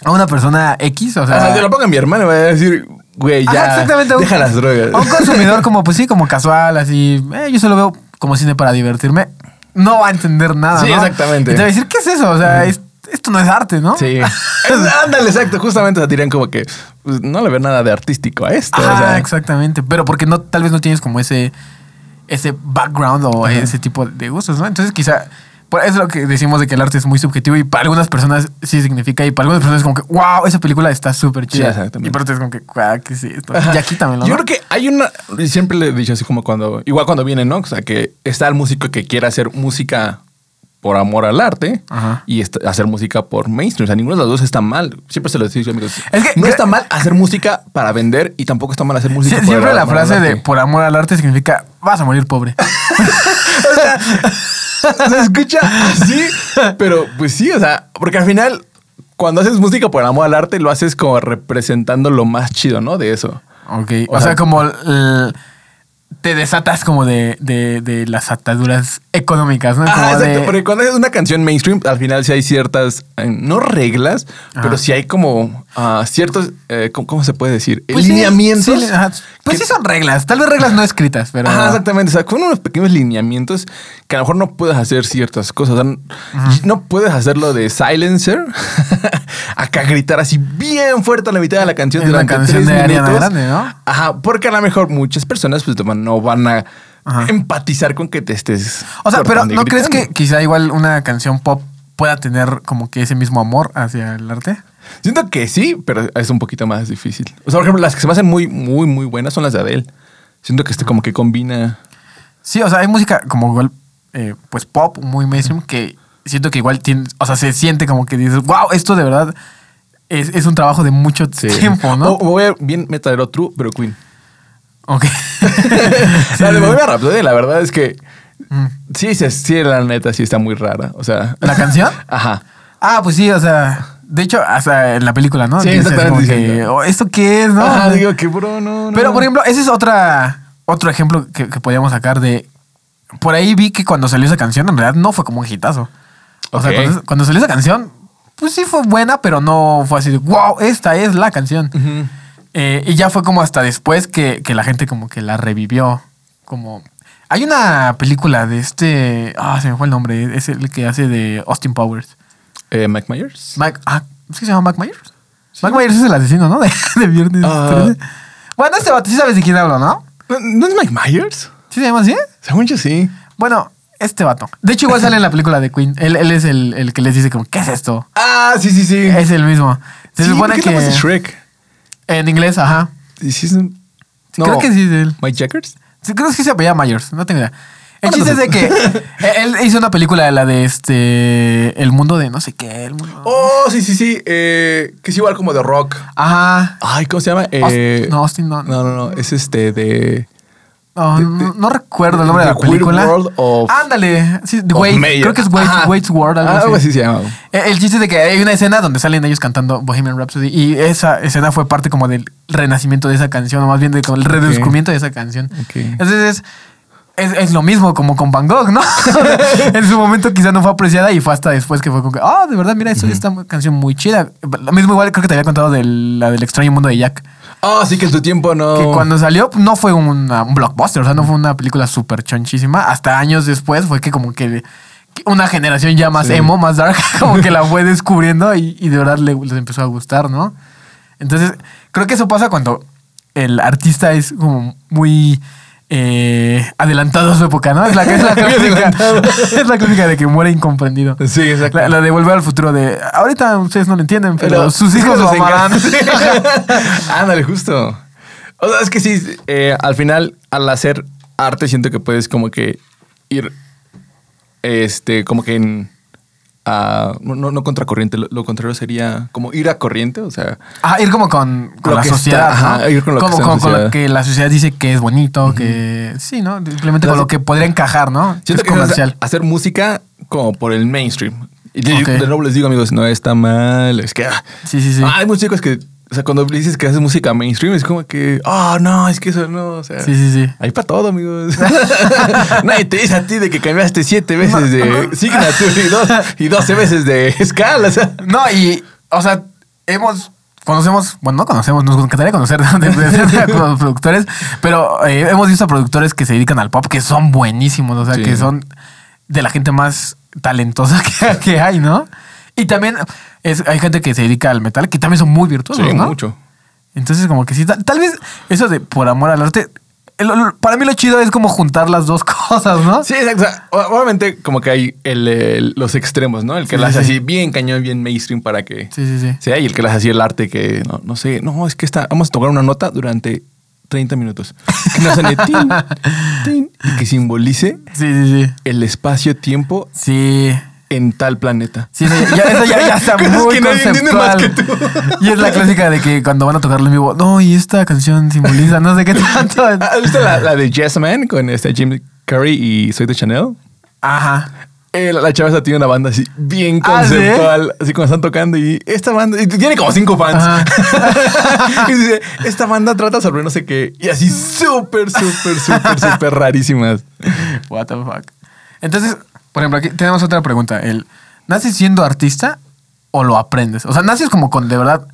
A una persona X, o
O
sea.
sea, te lo pongo a mi hermano, me va a decir, güey, ya.
Ah. Ajá, exactamente. a un-
Deja las drogas.
A un consumidor como, pues sí, como casual, así. eh, yo solo veo como cine para divertirme. No va a entender nada.
Sí,
¿no?
exactamente.
Y te va a decir, ¿qué es eso? O sea, es- esto no es arte, ¿no?
Sí. Es- Ándale, exacto. Justamente te dirían como que pues, no le veo nada de artístico a esto.
Ajá,
o sea,
exactamente. Pero porque no, tal vez no tienes como ese, ese background o ese tipo de gustos, ¿no? Entonces quizá. Por eso es lo que decimos de que el arte es muy subjetivo y para algunas personas sí significa y para algunas personas es como que, wow, esa película está súper chida.
exactamente.
Y para otras es como que, wow, ¿qué es esto? Ya quítamelo.
Yo
¿no?
creo que hay una. y Siempre le he dicho así como cuando. Igual cuando viene, ¿no? O sea, que está el músico que quiere hacer música por amor al arte
Ajá.
y está- hacer música por mainstream. O sea, ninguna de las dos está mal. Siempre se lo digo, amigos.
Es que-
no está mal hacer música para vender y tampoco está mal hacer
Sie-
música por
Siempre la
amor al
frase
arte.
de por amor al arte significa vas a morir pobre.
se escucha así, pero pues sí, o sea, porque al final, cuando haces música por amor al arte, lo haces como representando lo más chido, ¿no? De eso.
Ok.
O
O, sea,
sea,
como el- te desatas como de, de- de las ataduras económicas, ¿no?
Ajá,
Como de-
exacto, porque cuando haces una canción mainstream, al final sí hay ciertas, eh, no reglas,
Ajá.
pero sí hay como ah, ciertos, eh, ¿cómo, cómo se puede decir?
Pues sí,
lineamientos.
sí, ajá. pues
que-
sí son reglas, tal vez reglas no escritas, pero.
Ajá, exactamente. O sea, con unos pequeños lineamientos que a lo mejor no puedes hacer ciertas cosas. O sea, no puedes hacerlo de silencer. Acá gritar así bien fuerte a la mitad de la canción
Es la
durante
canción
tres
de Ariana
minutos.
Grande, ¿no?
Ajá, porque a lo mejor muchas personas pues no van a
Ajá.
empatizar con que te estés.
O sea, pero
cortando y
¿no crees que
gritando.
quizá igual una canción pop pueda tener como que ese mismo amor hacia el arte?
Siento que sí, pero es un poquito más difícil. O sea, por ejemplo, las que se me hacen muy, muy, muy buenas son las de Adele. Siento que este como que combina...
Sí, o sea, hay música como igual, eh, pues pop, muy mainstream, que siento que igual tiene, o sea, se siente como que dices, wow, esto de verdad es, es un trabajo de mucho tiempo, ¿no?
O- o voy a- bien metalero true, pero Queen. oh.
Ok. Sí,
la de
sí.
Bohemian Rhapsody, la verdad es que
Mm.
sí, sí, sí, la neta, sí está muy rara. O sea.
¿La canción?
Ajá.
Ah, pues sí, o sea, de hecho, hasta en la película, ¿no?
Sí,
Dices
exactamente,
como
dicen,
que,
¿no?
"Oh, ¿Esto qué es, no?
Ajá, digo que bro, no, no.
Pero, por ejemplo, ese es otra, otro ejemplo que, que podíamos sacar de... Por ahí vi que cuando salió esa canción, en realidad no fue como un hitazo. O sea,
Ok.
cuando, cuando salió esa canción, pues sí fue buena, pero no fue así de, wow, esta es la canción.
Ujú.
Eh, y ya fue como hasta después que, que la gente como que la revivió. Como... Hay una película de este... Ah, se me fue el nombre. Es el que hace de Austin Powers.
Eh, Mike Myers.
Mike, ah, ¿Es que se llama Mike Myers? Mike Myers es el asesino, ¿no? De, de Viernes
Ah.
13. Bueno, este vato sí sabes de quién hablo, ¿no?
¿No, no es Mike Myers?
¿Sí se llama así?
Según yo sí.
Bueno, este vato. De hecho, igual sale en la película de Queen. Él, él es el, el que les dice como, ¿qué es esto?
Ah, sí, sí, sí.
Es el mismo. Se
Sí,
supone
¿por qué no
que...
más Shrek.
En inglés, ajá.
Sí, sí, es un- No.
Creo que sí es él.
Mike Jackers.
Sí, Creo que sí se apellía Myers, no tengo idea. El
Bueno,
chiste es de que
entonces-
él hizo una película, la de este... El mundo de no sé qué, el mundo...
Oh, sí, sí, sí. eh, que es igual como de rock.
Ajá.
Ay, ¿cómo se llama? Eh,
Austin- no, Austin no.
No, no, no. Es este de.
No,
De-
no,
de-
no recuerdo el nombre de la
The Weird
película.
World of-
Ándale. Sí, The
of
Wait.
Mayer.
Creo que es Wait,
Ajá. Ah,
Waits World, algo,
Algo
así.
así se llama.
Eh, El chiste es de que hay una escena donde salen ellos cantando Bohemian Rhapsody y esa escena fue parte como del renacimiento de esa canción, o más bien del el redescubrimiento de esa canción.
Ok.
Entonces es, es, es lo mismo como con Van Gogh, ¿no? en su momento quizá no fue apreciada y fue hasta después que fue como que, ah, de verdad, mira, esto, esta canción muy chida. Lo mismo igual creo que te había contado de la del extraño mundo de Jack.
Ah, sí, que en tu tiempo no.
Que cuando salió no fue una- un blockbuster, o sea, no fue una película súper chonchísima. Hasta años después fue que como que que una generación ya más
Sí.
emo, más dark, como que la fue descubriendo y, y de verdad le, les empezó a gustar, ¿no? Entonces, creo que eso pasa cuando el artista es como muy eh, adelantado a su época, ¿no? Es la, es la
Muy
clásica,
adelantado.
es la clásica de que muere incomprendido.
Sí, exacto.
La, la de volver al futuro de ahorita ustedes no lo entienden, pero,
Pero
sus hijos lo
los
amarán.
encantan. Ándale, justo. O sea, es que sí, eh, al final, al hacer arte, siento que puedes como que ir, este, como que en- a- no, no, no contracorriente, lo, lo contrario sería como ir a corriente, o sea,
Ah, ir como con, con
Lo
la
que está,
sociedad, ¿no?
ajá, ir con lo que
como
está en
con, con lo
sociedad.
que la sociedad dice que es bonito, que sí, ¿no? Simplemente con
Las-
lo que podría encajar, ¿no? Que
siento
es
que es
comercial.
hacer, hacer música como por el mainstream. Y yo- yo
Ok.
de nuevo les digo, amigos, no está mal, es que ah,
Sí, sí, sí.
ah, hay muchos chicos que, o sea, cuando dices que haces música mainstream, es como que, oh, no, es que eso no, o sea,
Sí, sí, sí.
Ahí para todo, amigos. Nadie te dice a ti de que cambiaste siete veces de signature y, dos, y 12 veces de escala. O sea,
No, y, o sea, hemos, conocemos, bueno, no conocemos, nos encantaría conocer de- de- de- de los productores, pero eh, hemos visto productores que se dedican al pop que son buenísimos, o sea,
Sí.
que son de la gente más talentosa que, que hay, ¿no? Y también es, hay gente que se dedica al metal que también son muy virtuosos,
sí,
¿no?
mucho.
Entonces, como que sí, tal, tal vez eso de por amor al arte, el- el- para mí lo chido es como juntar las dos cosas, ¿no?
Sí, exacto. O sea, o- Obviamente, como que hay el, el- los extremos, ¿no? El que
Sí,
las
sí,
hace
sí.
así bien cañón, bien mainstream para que
sí, sí. sí.
sea, y el que las hace el arte que no, no sé, no, es que está, vamos a tocar una nota durante 30 minutos. Que no suene tin, tin, y que simbolice
Sí, sí, sí.
el espacio-tiempo
sí.
en tal planeta.
Sí, eso ya, eso ya- ya está
Cosas
muy
que nadie entiende
conceptual.
más que tú.
Y es la clásica de que cuando van a tocarlo en vivo, no, y esta canción simboliza no sé qué tanto.
¿Has visto la, la de Yes Man con este Jim Carrey y Soy de Chanel?
Ajá.
Eh, la chava esa tiene una banda así bien
Ah, ¿sí?
conceptual, así como están tocando y esta banda y tiene como cinco fans. y dice, esta banda trata sobre no sé qué y así súper, súper, súper, súper rarísimas.
What the fuck. Entonces, por ejemplo, aquí tenemos otra pregunta. El, ¿Naces siendo artista o lo aprendes? O sea, ¿naces como con, de verdad,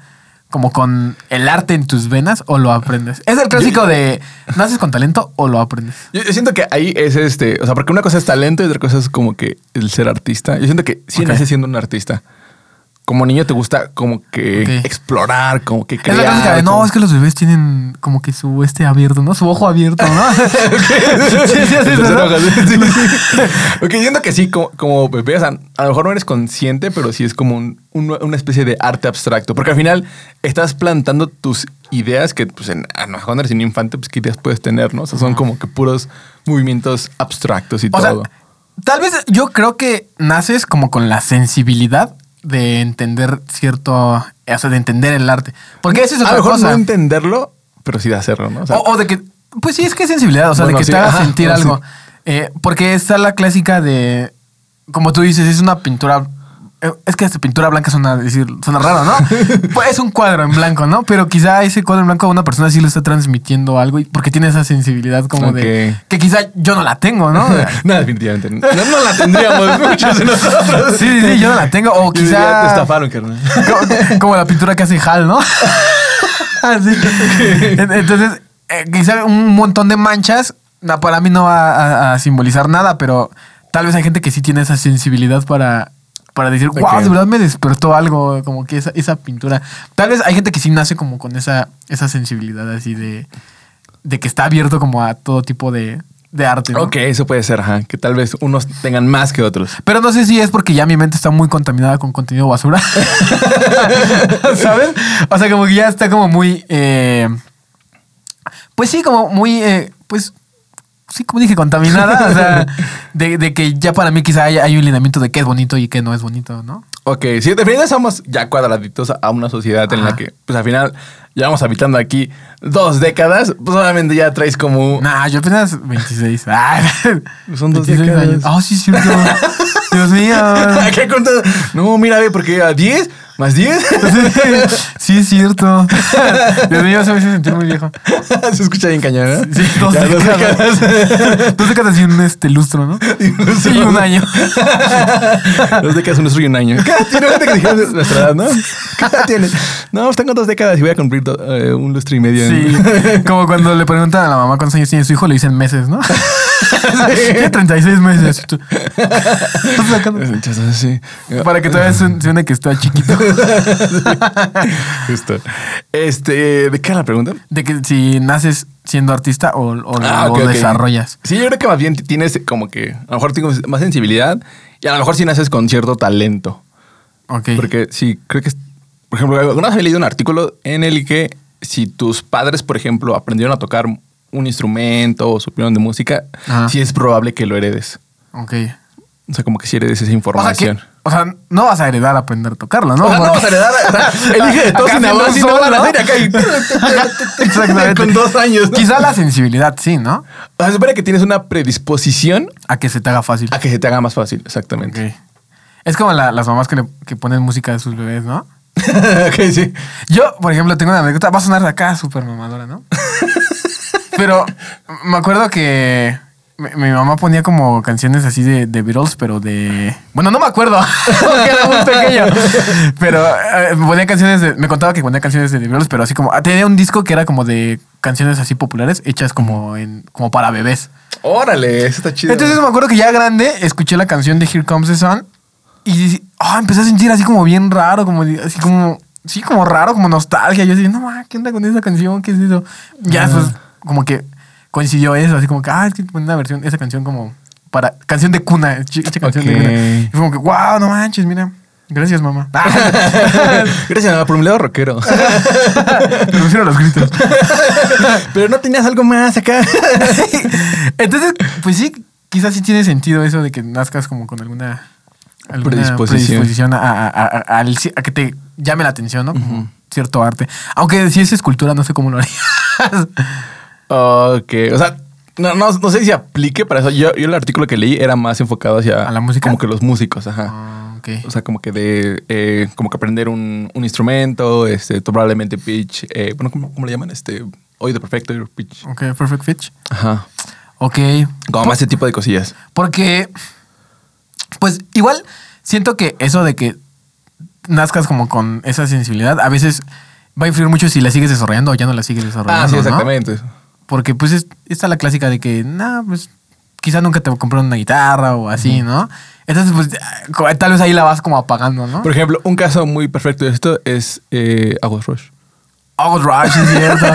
como con el arte en tus venas o lo aprendes? Es el clásico de, ¿naces con talento o lo aprendes?
Yo, yo siento que ahí es este, o sea, porque una cosa es talento y otra cosa es como que el ser artista. Yo siento que sí
Ok.
naces siendo un artista. Como niño te gusta como que
Ok.
explorar, como que
es la clásica
crear.
de, no,
como-
es que los bebés tienen como que su este abierto, ¿no? Su ojo abierto, ¿no? sí, sí, sí,
Los
¿verdad?
ojos, sí, sí. Ok, entiendo que sí, como, como bebé, o sea, a lo mejor no eres consciente, pero sí es como un- un- una especie de arte abstracto, porque al final estás plantando tus ideas que, pues, en, a lo mejor cuando eres un infante, pues, ¿qué ideas puedes tener, no? O sea, son como que puros movimientos abstractos y
O sea,
todo.
tal vez yo creo que naces como con la sensibilidad de entender cierto, o sea, de entender el arte. Porque esa es
a
otra
lo mejor
cosa.
no entenderlo, pero sí de hacerlo, ¿no? O sea,
o, o de que, pues sí, es que es sensibilidad, o sea,
Bueno,
de que
sí,
te haga
ajá,
sentir
bueno,
algo.
sí.
Eh, porque está la clásica de, como tú dices, es una pintura... eh, Es que esta pintura blanca suena, decir, suena raro, ¿no? Pues es un cuadro en blanco, ¿no? Pero quizá ese cuadro en blanco a una persona sí le está transmitiendo algo y porque tiene esa sensibilidad como de...
Ok.
Que quizá yo no la tengo, ¿no?
no, definitivamente. No, no la tendríamos muchos de nosotros.
Sí, sí, sí, yo no la tengo. O
Yo diría,
quizá-
Te estafaron, carnal.
como, como la pintura que hace Hal, ¿no? Así. En- Entonces, eh, quizá un montón de manchas, na- para mí no va a, a simbolizar nada, pero tal vez hay gente que sí tiene esa sensibilidad para, para decir, wow,
Ok.
de verdad me despertó algo, como que esa, esa pintura. Tal vez hay gente que sí nace como con esa, esa sensibilidad así de, de que está abierto como a todo tipo de, de arte. ¿no?
Ok, eso puede ser, ajá. Que tal vez unos tengan más que otros.
Pero no sé si es porque ya mi mente está muy contaminada con contenido basura. ¿Sabes? O sea, como que ya está como muy. eh, pues sí, como muy. eh, pues. Sí, como dije, contaminada. O sea, de, de que ya para mí quizá hay, hay un lineamiento de qué es bonito y qué no es bonito, ¿no?
Ok, sí, definitivamente somos ya cuadraditos a una sociedad en la
Ajá.
que, pues al final, llevamos habitando aquí dos décadas, pues obviamente ya traes como...
Nah, yo apenas 26. Ah,
Son dos
26
décadas.
años. Ah, sí, es cierto. Dios mío.
¿Qué cuentas? No, mira, ve, porque a 10 más 10
Sí, es cierto. Dios mío, se me hizo sentir muy viejo.
se escucha bien cañón, ¿no?
Sí, dos
Ya, dos
décadas. Dos décadas y un este, lustro, ¿no?
décadas.
Y un año.
Dos décadas, un lustro y un año. ¿Qué edad tiene? Fíjate que dijeron nuestra edad, ¿no? ¿Qué edad tienes? No, pues tengo dos décadas y voy a cumplir do- eh, un lustro y medio.
Sí, como cuando le preguntan a la mamá cuántos años tiene su hijo, le dicen meses, ¿no? Tiene 36 meses. Y tú- estás sacando-
Sí.
Para que todavía se suene que está chiquito.
Justo. Este, ¿de qué era la pregunta?
De que si naces siendo artista o, o lo-
Ah,
lo
ok, ok.
desarrollas.
Sí, yo creo que más bien tienes como que, a lo mejor tienes más sensibilidad y a lo mejor sí naces con cierto talento.
Ok.
Porque sí, creo que, es- por ejemplo, alguna vez había leído un artículo en el que si tus padres, por ejemplo, aprendieron a tocar un instrumento o supieron de música,
Ajá.
sí es probable que lo heredes.
Ok.
O sea, como que sí heredes esa
O sea, que
información.
O sea, no vas a heredar aprender a tocarla, ¿no?
O sea, no vas
Porque-
a heredar. o sea, Elige de todo
Acá
sin
haciendo
avance y no
sol,
van a
¿no?
hacer acá. y-
Exactamente.
Con dos años. ¿no?
Quizá la sensibilidad, sí, ¿no?
O sea, se supone que tienes una predisposición
A que se te haga fácil.
a que se te haga más fácil, exactamente.
Ok. Es como la- las mamás que, le- que ponen música de sus bebés, ¿no?
ok, sí.
Yo, por ejemplo, tengo una anécdota. Va a sonar de acá súper mamadora, ¿no? pero me acuerdo que mi, mi mamá ponía como canciones así de, de Beatles, pero de. Bueno, no me acuerdo, porque era muy pequeño. Pero eh, me ponía canciones de. Me contaba que ponía canciones de The Beatles, pero así como. ah, Tenía un disco que era como de canciones así populares hechas como, en, como para bebés.
Órale, eso está chido.
Entonces me acuerdo que ya grande escuché la canción de Here Comes the Sun y dice- ah, empecé a sentir así como bien raro, como di- así como sí, como raro, como nostalgia. Yo decía, no ma, ¿qué onda con esa canción? ¿Qué es eso? Ya después como que coincidió eso, así como que ah, es que ponen una versión esa canción como para canción de cuna, ch- esta canción de
Ok.
cuna. Y fue como que wow, no manches, mira. Gracias, mamá.
Gracias, mamá, por mi lado rockero.
Me pusieron los gritos.
Pero no tenías algo más acá.
Entonces, pues sí, quizás sí tiene sentido eso de que nazcas como con alguna, alguna
Predisposición.
predisposición, a, a- a- a- al- a que te llame la atención, ¿no? Como cierto arte. Aunque si es escultura, no sé cómo lo harías.
ok, o sea, no, no, no sé si aplique para eso. Yo, yo el artículo que leí era más enfocado hacia...
¿A la música?
Como que los músicos, ajá.
Ah, ok.
O sea, como que de... eh, como que aprender un, un instrumento, este, probablemente pitch. eh, bueno, ¿cómo, cómo le llaman? Este, oído perfecto, pitch.
Ok, perfect pitch.
Ajá.
Ok.
Como más ese tipo de cosillas.
Porque, pues igual siento que eso de que nazcas como con esa sensibilidad, a veces va a influir mucho si la sigues desarrollando o ya no la sigues desarrollando.
Ah, sí,
¿no?
exactamente.
Porque pues es, está la clásica de que, nada, pues quizá nunca te compraron una guitarra o así, ¿no? Entonces, pues co- tal vez ahí la vas como apagando, ¿no?
Por ejemplo, un caso muy perfecto de esto es eh, Aguas Rush.
August Rush, es cierto.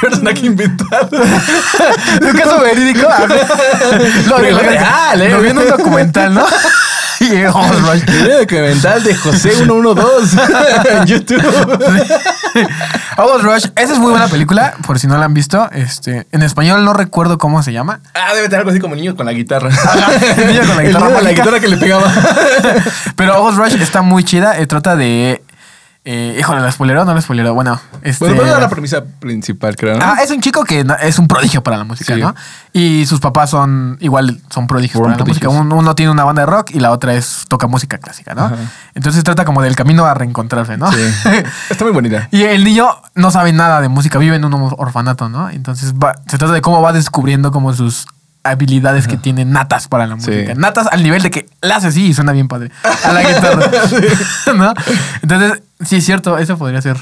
Jordan aquí inventado.
Un caso verídico. lo, vi-
Pero
lo,
real, ¿eh?
lo vi en un documental, ¿no? y August Rush.
Video documental de José 112 en YouTube.
August Rush, esa es muy buena película, por si no la han visto. Este, en español no recuerdo cómo se llama.
Ah, debe tener algo así como niños con la guitarra.
El niño con la
El
guitarra
niño
mágica.
que le pegaba.
Pero August Rush está muy chida. eh, trata de... eh, híjole, ¿la spoileró o no la spoileró? Bueno, este...
Bueno, pero era la premisa principal, creo. ¿no?
Ah, es un chico que na- es un prodigio para la música,
Sí.
¿no? Y sus papás son igual, son prodigios
Fueron
para la música.
prodigios.
Un- Uno, tiene una banda de rock y la otra es toca música clásica, ¿no?
Ajá.
Entonces trata como del camino a reencontrarse, ¿no?
Sí. Está muy bonita.
y el niño no sabe nada de música, vive en un or- orfanato, ¿no? Entonces va- se trata de cómo va descubriendo como sus habilidades que tiene natas para la
Sí.
música. Natas al nivel de que la hace así y suena bien padre. A la guitarra. ¿No? Entonces, sí es cierto, eso podría ser.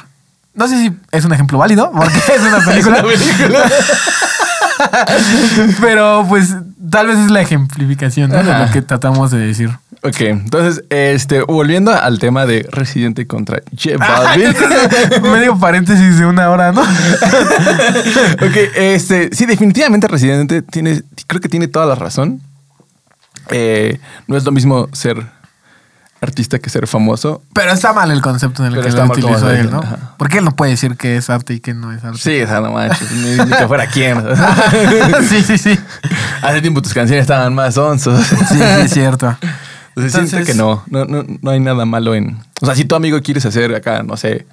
No sé si es un ejemplo válido, porque es una película. Pero pues tal vez es la ejemplificación ¿no? de
Ajá.
lo que tratamos de decir.
Ok, entonces, este, volviendo al tema de Residente contra J Balvin.
Entonces, Medio paréntesis de una hora, ¿no?
ok, este, sí, definitivamente Residente tiene, creo que tiene toda la razón. Eh, no es lo mismo ser artista que ser famoso.
Pero está mal el concepto en el
Pero
que
está
lo
mal como
utilizó
se
él,
dice,
¿no?
ajá.
Porque él no puede decir que es arte y que no es arte.
Sí, o sea, no manches, ni, ni que fuera quién.
sí, sí, sí.
Hace tiempo tus canciones estaban más onzos.
Sí, sí, es cierto.
Entonces, siento
Entonces-
que no, no, no, no hay nada malo en... O sea, si tu amigo quieres hacer acá, no sé,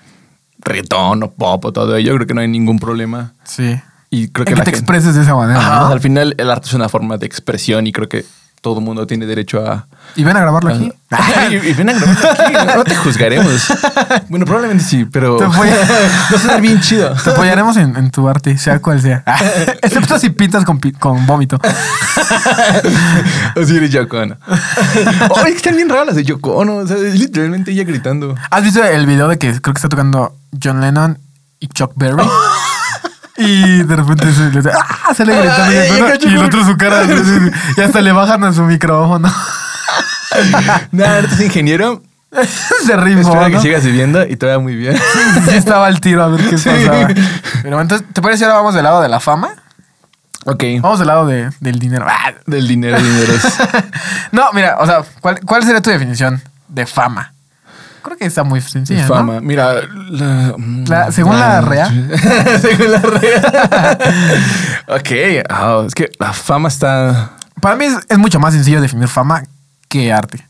reggaetón o pop o todo, yo creo que no hay ningún problema.
Sí.
Y creo
El
que
que,
la
te
gente-
expreses de esa manera.
Ajá,
¿no?
o sea, al final el arte es una forma de expresión y creo que todo el mundo tiene derecho a...
Y ven a grabarlo
a-
aquí.
y, y ven a grabar aquí, no, no te juzgaremos. Bueno, probablemente sí, pero...
Te voy a-
Va a sonar bien chido.
Te apoyaremos en, en tu arte, sea cual sea. Excepto si pintas con, pi- con vómito.
Así eres Yoko Ono. Oh, es que están bien raras las de Yoko Ono. O sea, es literalmente ella gritando.
¿Has visto el video de que creo que está tocando John Lennon y Chuck Berry? y de repente se le, ¡Ah! se le grita
Ay,
y,
ay,
el
cacho,
y el
por-
otro su cara. así, así, y hasta le bajan a su micrófono. Ah.
Nada, eres ingeniero.
se
Espero
rifó,
que
¿no?
sigas viviendo y te vaya muy bien.
Sí estaba al tiro a ver qué
Sí.
pasaba. Pero entonces, ¿te parece ahora vamos del lado de la fama?
Ok. Oh.
Vamos del lado de- del dinero. Ah.
Del dinero, dinero.
no, mira, o sea, ¿cuál, ¿cuál sería tu definición de fama? Creo que está muy sencilla, ¿no?
fama. Mira, la, mm,
La- según la REA.
según la REA. ok. ah, es que la fama está.
Para mí es, es mucho más sencillo definir fama que arte.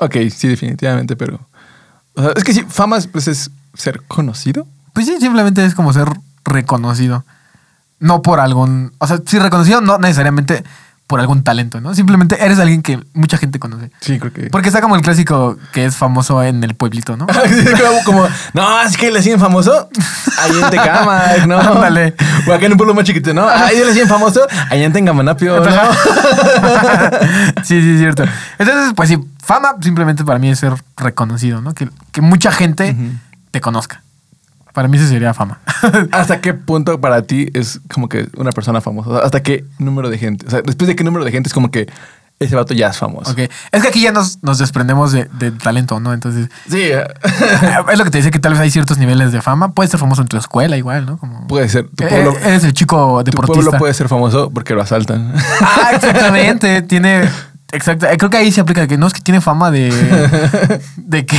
Ok, sí, definitivamente, pero. o sea, es que sí, fama es, pues, es ser conocido.
Pues sí, simplemente es como ser reconocido. No por algún. O sea, sí, reconocido, no necesariamente por algún talento, ¿no? Simplemente eres alguien que mucha gente conoce.
Sí, creo que.
Porque está como el clásico que es famoso en el pueblito, ¿no?
como, como, no, es que le hacían famoso ahí en Tecamac, ¿no?
Ándale.
O acá en un pueblo más chiquito, ¿no? Ahí le hacían famoso allá en Tengamanapio, ¿no?
sí, sí, es cierto. Entonces, pues sí, fama simplemente para mí es ser reconocido, ¿no? Que, que mucha gente te conozca. Para mí eso sería fama.
¿Hasta qué punto para ti es como que una persona famosa? O sea, ¿Hasta qué número de gente? O sea, después de qué número de gente es como que ese vato ya es famoso.
ok. Es que aquí ya nos, nos desprendemos de- del talento, ¿no? Entonces,
Sí, eh,
es lo que te dice que tal vez hay ciertos niveles de fama. Puedes ser famoso en tu escuela igual, ¿no? Como...
puede ser. Tu
Eh,
pueblo,
eres el chico
tu
deportista.
pueblo puede ser famoso porque lo asaltan.
Ah, exactamente. tiene. Exacto. eh, Creo que ahí se aplica que no es que tiene fama de. de que.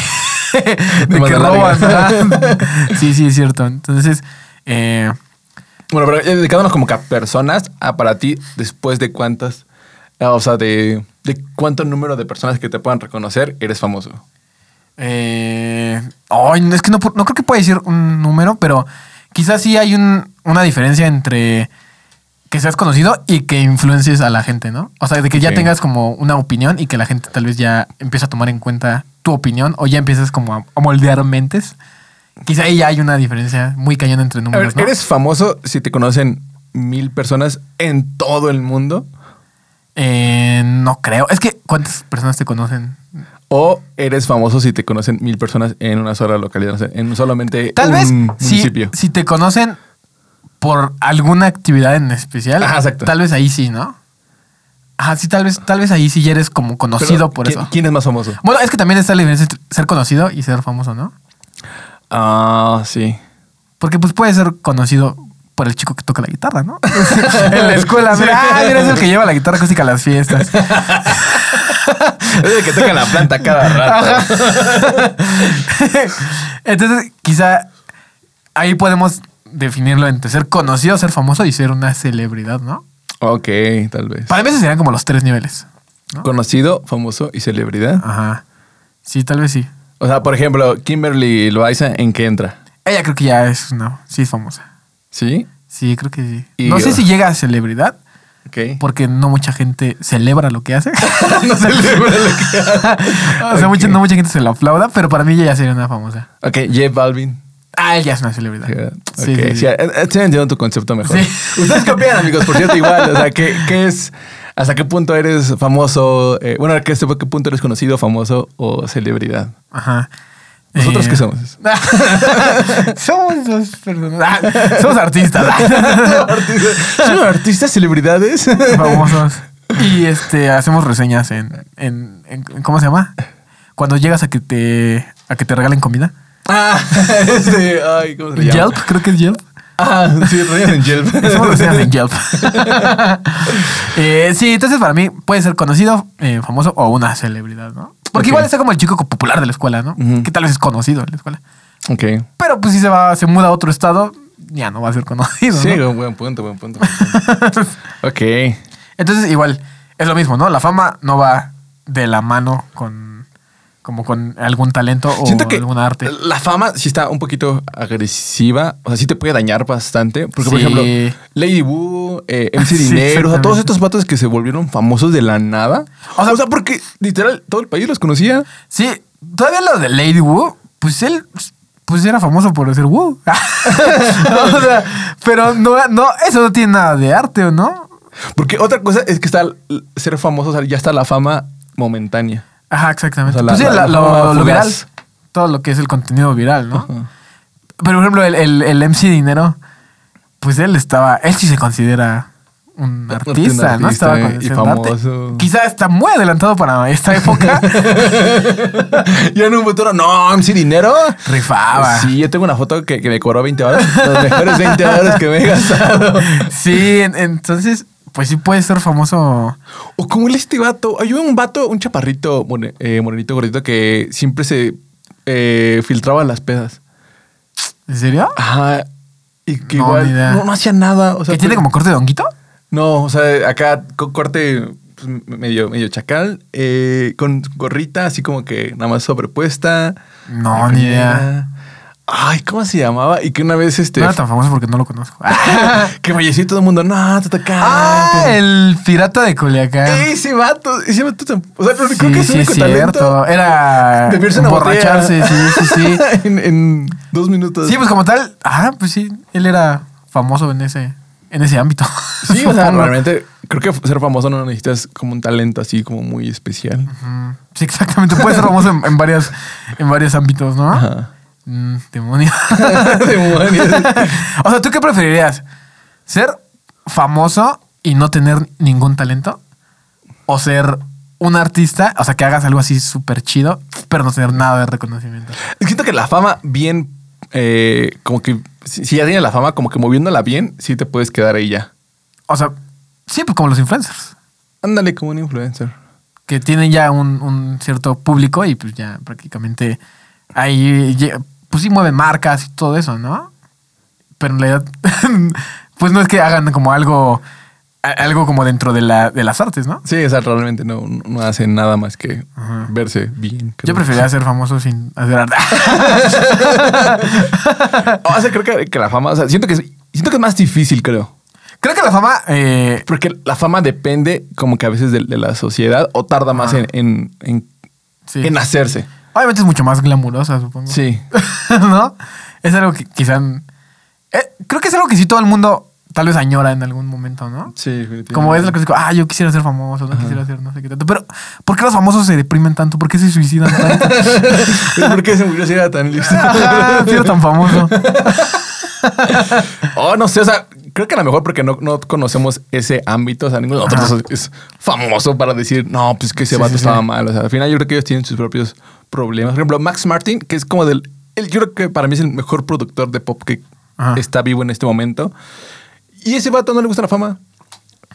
de que
mano
roban.
larga.
¿verdad? Sí, sí, es cierto. Entonces. eh,
Bueno, pero ya dedicándonos como que a personas, a para ti, después de cuántas, ah, o sea, de, de cuánto número de personas que te puedan reconocer, eres famoso.
eh, ay, no, es que no, pu- no creo que pueda decir un número, pero quizás sí hay un- una diferencia entre que seas conocido y que influencies a la gente, ¿no? O sea, de que ya
Sí.
tengas como una opinión y que la gente tal vez ya empieza a tomar en cuenta tu opinión o ya empiezas como a, a moldear mentes. Quizá ahí ya hay una diferencia muy cañona entre
A
números,
ver,
¿no?
¿eres famoso si te conocen mil personas en todo el mundo?
Eh, no creo. Es que, ¿cuántas personas te conocen?
¿O eres famoso si te conocen mil personas en una sola localidad? O sea, en solamente
Tal
un
vez si,
municipio.
si te conocen por alguna actividad en especial,
Ajá, exacto.
tal vez ahí sí, ¿no? Ajá, sí, tal vez, tal vez ahí sí ya eres como
Pero,
conocido por
¿quién-
eso.
¿Quién es más famoso?
Bueno, es que también está la diferencia entre ser conocido y ser famoso, ¿no?
Ah, sí.
Porque pues puede ser conocido por el chico que toca la guitarra, ¿no? en la escuela,
Sí.
mira, ah, mira, es el que lleva la guitarra acústica a las fiestas.
Es el que toca la planta cada rato.
Entonces, quizá ahí podemos definirlo entre ser conocido, ser famoso y ser una celebridad, ¿no?
Ok, tal vez.
Para mí esos serían como los tres niveles. ¿no? Ah.
Conocido, famoso y celebridad.
Ajá. Sí, tal vez sí.
O sea, por ejemplo, Kimberly Loaiza, ¿en qué entra?
Ella creo que ya es una, sí es famosa.
¿Sí?
Sí, creo que sí.
Y-
no sé si llega a celebridad,
Ok.
porque no mucha gente celebra lo que hace.
no celebra lo que hace.
o sea, mucha- no mucha gente se lo aplauda, pero para mí ella ya sería una famosa.
Ok, Jeff Balvin.
Ah, ella es una celebridad.
Ok, sí, Eh, estoy entendiendo tu concepto mejor.
Sí.
Ustedes qué opinan, amigos, por cierto, igual. O sea, ¿qué, qué es? ¿Hasta qué punto eres famoso? Eh, bueno, ¿a qué, hasta qué punto eres conocido, famoso o celebridad?
Ajá. Eh.
¿Nosotros qué somos?
somos dos personas. Ah, somos artistas. Ah,
¿Son artistas celebridades?
Famosos. Y este, hacemos reseñas en, en, en- ¿Cómo se llama? Cuando llegas a que te. a que te regalen comida.
ah, este, ay, ¿cómo se llama?
Yelp, creo que es Yelp.
Ah, sí, reseñas en Yelp.
Hacemos reseñas en Yelp. Eh, sí, entonces para mí puede ser conocido, eh, famoso o una celebridad, ¿no?
Ok.
Porque igual está como el chico popular de la escuela, ¿no?
Ujú.
Que tal vez es conocido en la escuela.
Ok.
Pero pues si se va, se muda a otro estado, ya no va a ser conocido.
Sí,
¿no?
buen, buen punto, buen punto. buen punto. ok.
Entonces, igual, es lo mismo, ¿no? La fama no va de la mano con como con algún talento o
Siento que
algún arte.
la fama sí está un poquito agresiva. O sea, sí te puede dañar bastante. Porque, por
Sí.
ejemplo, Lady Wu, eh,
Sí,
MC Dinero, o sea, todos
exactamente.
estos vatos que se volvieron famosos de la nada.
O
O
sea-
sea, porque literal todo el país los conocía.
Sí, todavía lo de Lady Wu, pues él pues era famoso por hacer Wu. O sea, pero no, no, eso no tiene nada de arte, ¿o no?
Porque otra cosa es que está l- ser famoso, o sea, ya está la fama momentánea.
Ajá, exactamente.
O sea, la-
Pues sí,
la-
la-
la
lo-
fama
lo,
fugaz.
viral. Todo lo que es el contenido viral, ¿no?
Ajá.
Pero, por ejemplo, el, el, el MC Dinero, pues él estaba, él sí se considera un
Pues, Un
artista, ¿no?
artista
Estaba
y
considerado arte.
famoso.
Quizá está muy adelantado para esta época.
Ya en un futuro, no, MC Dinero.
Rifaba. Sí,
Sí, yo tengo una foto que, que me cobró 20 horas. Los mejores 20 horas que me he gastado.
en- entonces, pues sí puede ser famoso.
O como el este vato. Hay un vato, un chaparrito, more- eh, morenito, gordito, que siempre se eh, filtraba las pedas.
¿En serio?
Ajá. Y que
No, ni
igual
idea.
no, no hacía nada. Ah, O sea, pues,
¿Que tiene
pero-
como corte de honguito?
No, o sea, acá co- corte pues, medio, medio chacal, eh, con gorrita así como que nada más sobrepuesta.
No, ni idea.
Ay, ¿cómo se llamaba? Y que una vez este.
No era tan famoso porque no lo conozco.
que falleció y todo el mundo. No, te tocaste.
ah, el pirata de Culiacán.
Ese vato, ese vato, tam- o sea,
Sí,
creo que es
sí,
el
es
único talento
cierto. Era
Beberse una
emborracharse, sí, sí, sí.
en, en dos minutos.
Sí, pues como tal, ah, pues sí, él era famoso en ese, en ese ámbito.
Sí, o sea,
Supongo.
realmente creo que ser famoso no necesitas como un talento así como muy especial.
Mm, Sí, exactamente. Puede ser famoso en, en varias, en varios ámbitos, ¿no?
Ajá.
Mm, demonio.
Demonios.
o sea, ¿tú qué preferirías? ¿Ser famoso y no tener ningún talento? ¿O ser un artista, o sea, que hagas algo así súper chido, pero no tener nada de reconocimiento?
Siento que la fama bien, eh, como que si, si ya tienes la fama, como que moviéndola bien, sí te puedes quedar ahí ya.
O sea, sí, pues como los influencers,
Ándale como un influencer.
que tienen ya un, un cierto público y pues ya prácticamente ahí, lle- pues sí mueven marcas y todo eso, ¿no? Pero en realidad, pues no es que hagan como algo, a- algo como dentro de, la, de las artes, ¿no?
Sí, o sea, realmente no, no hace nada más que
Ajá.
verse bien. creo.
Yo preferiría ser famoso sin hacer arte.
O sea, creo que, que la fama, o sea, siento que, es- siento que es más difícil, creo.
Creo que la fama, eh,
Porque la fama depende como que a veces de, de la sociedad o tarda más en, en, en-
sí.
en hacerse.
obviamente es mucho más glamurosa, supongo.
Sí.
¿No? Es algo que quizás... creo que es algo que sí todo el mundo tal vez añora en algún momento, ¿no?
Sí,
Como es la cosa, que, ah, yo quisiera ser famoso, no quisiera ser no sé qué tanto. Pero, ¿por qué los famosos se deprimen tanto? ¿Por qué se suicidan tanto?
¿Por qué se murió si era tan listo?
Ajá, si era tan famoso.
Oh, no sé, o sea, creo que a lo mejor porque no, no conocemos ese ámbito, o sea, ninguno de nosotros es famoso para decir, no, pues que ese
Sí,
vato
sí, sí.
estaba mal. O sea, al final yo creo que ellos tienen sus propios problemas. Por ejemplo, Max Martin, que es como del... él- yo creo que para mí es el mejor productor de pop que
Ajá.
está vivo en este momento. Y ese vato no le gusta la fama.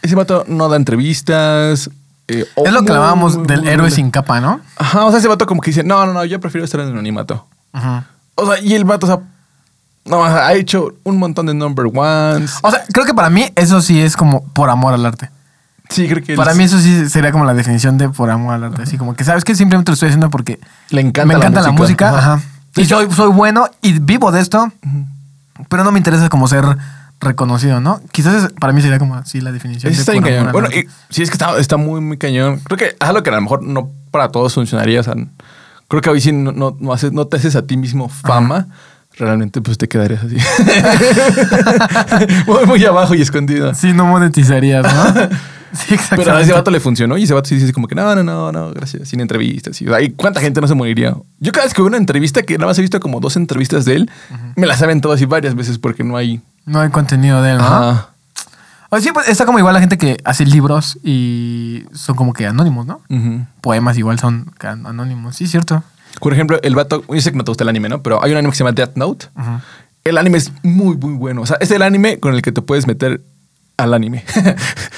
Ese vato no da entrevistas. eh,
Es lo que
muy,
hablábamos
muy,
del
muy
héroe
humilde.
sin capa, ¿no?
Ajá, o sea, ese vato como que dice, no, no, no, yo prefiero estar en el anonimato.
Ajá.
O sea, y el vato, o sea, no, o sea, ha hecho un montón de number ones.
O sea, creo que para mí eso sí es como por amor al arte.
Sí, creo que él
Para
es-
mí eso sí sería como la definición de por amor al arte. Así como que, ¿sabes qué? Simplemente lo estoy haciendo porque
Le encanta
me
la
encanta la
música.
música.
Ajá.
ajá. Y soy, soy bueno y vivo de esto, pero no me interesa como ser reconocido, ¿no? Quizás es- para mí sería como así la definición.
Eso
de
está bien
por amor
cañón.
al
Bueno,
arte.
y, sí, es que está, está muy, muy cañón. Creo que es algo que a lo mejor no para todos funcionaría. O sea, creo que hoy si no, no, no haces, no te haces a ti mismo fama, realmente pues te quedarías así. muy, muy abajo y escondido.
Sí, no monetizarías, ¿no? sí, exactamente.
Pero a ese vato le funcionó y ese vato sí dice como que no, no, no, no, gracias, sin entrevistas. Y, o sea, ¿y cuánta gente no se moriría? Yo cada vez que veo una entrevista, que nada más he visto como dos entrevistas de él, me las saben todas y varias veces porque no hay...
No hay contenido de él, ¿no?
Ajá.
O sí, pues está como igual la gente que hace libros y son como que anónimos, ¿no?
Ujú.
Poemas igual son ca- anónimos, sí, cierto.
Por ejemplo, el vato, yo sé que no te gusta el anime, ¿no? Pero hay un anime que se llama Death Note.
Ajá.
El anime es muy, muy bueno. O sea, es el anime con el que te puedes meter al anime.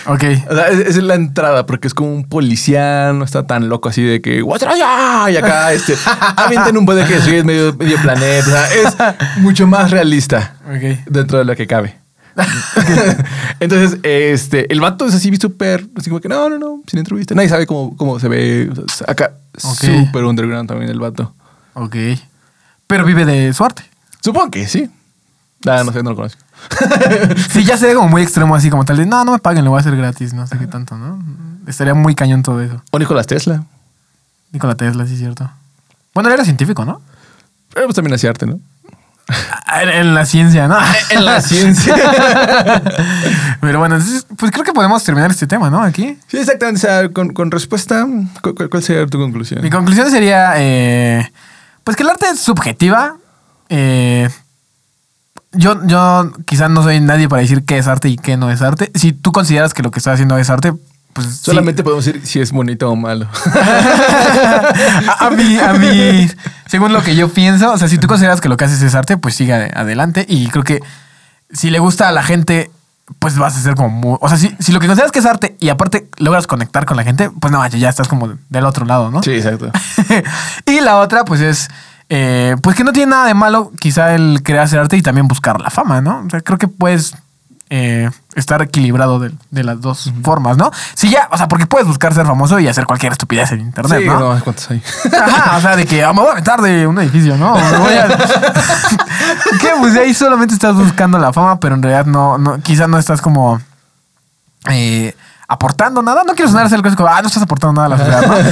Ok.
o sea, es, es la entrada porque es como un policía, no está tan loco así de que "Wataraya", y acá este, avientan un poder que sí, es medio, medio planeta. O sea, es mucho más realista
Ok.
dentro de lo que cabe. Entonces, este, el vato es así súper, así como que no, no, no, sin entrevista. Nadie sabe cómo, cómo se ve. O sea, acá,
Ok.
súper underground también el vato.
Ok. Pero vive de su arte.
Supongo que sí. Ah, no sé, no lo conozco.
Sí, ya sería como muy extremo así, como tal de, no, no me paguen, lo voy a hacer gratis, no sé qué tanto, ¿no? Estaría muy cañón todo eso.
O Nicolás Tesla.
Nikola Tesla, sí, cierto. Bueno, él era científico, ¿no?
Pero pues también hacía arte, ¿no?
Ah, En, en la ciencia, ¿no?
En la ciencia.
Pero bueno, entonces, pues creo que podemos terminar este tema, ¿no? Aquí.
sí, exactamente. O sea, con, con respuesta, ¿cu- cu- ¿cuál, sería tu conclusión?
Mi conclusión sería, eh, pues que el arte es subjetiva. Eh, yo, yo quizás no soy nadie para decir qué es arte y qué no es arte. Si tú consideras que lo que estás haciendo es arte, pues sí.
Solamente podemos decir si es bonito o malo.
a, a mí, a mí, según lo que yo pienso, o sea, si tú consideras que lo que haces es arte, pues sigue ade- adelante. Y creo que si le gusta a la gente, pues vas a ser como muy- O sea, si, si lo que consideras que es arte y aparte logras conectar con la gente, pues no, manches, ya estás como del otro lado, ¿no?
sí, exacto.
y la otra, pues es. eh, pues que no tiene nada de malo, quizá el querer hacer arte y también buscar la fama, ¿no? O sea, creo que puedes eh, estar equilibrado de, de las dos formas, ¿no? Si ya, o sea, porque puedes buscar ser famoso y hacer cualquier estupidez en internet,
Sí,
¿no?
no, ¿cuántos hay?
Ajá, o sea, de que ah, me voy a aventar de un edificio, ¿no? Me voy a- ¿Qué? Pues de ahí solamente estás buscando la fama, pero en realidad no, no quizá no estás como eh, aportando nada. No quiero sonar el clásico, ah, no estás aportando nada a la sociedad, ¿no?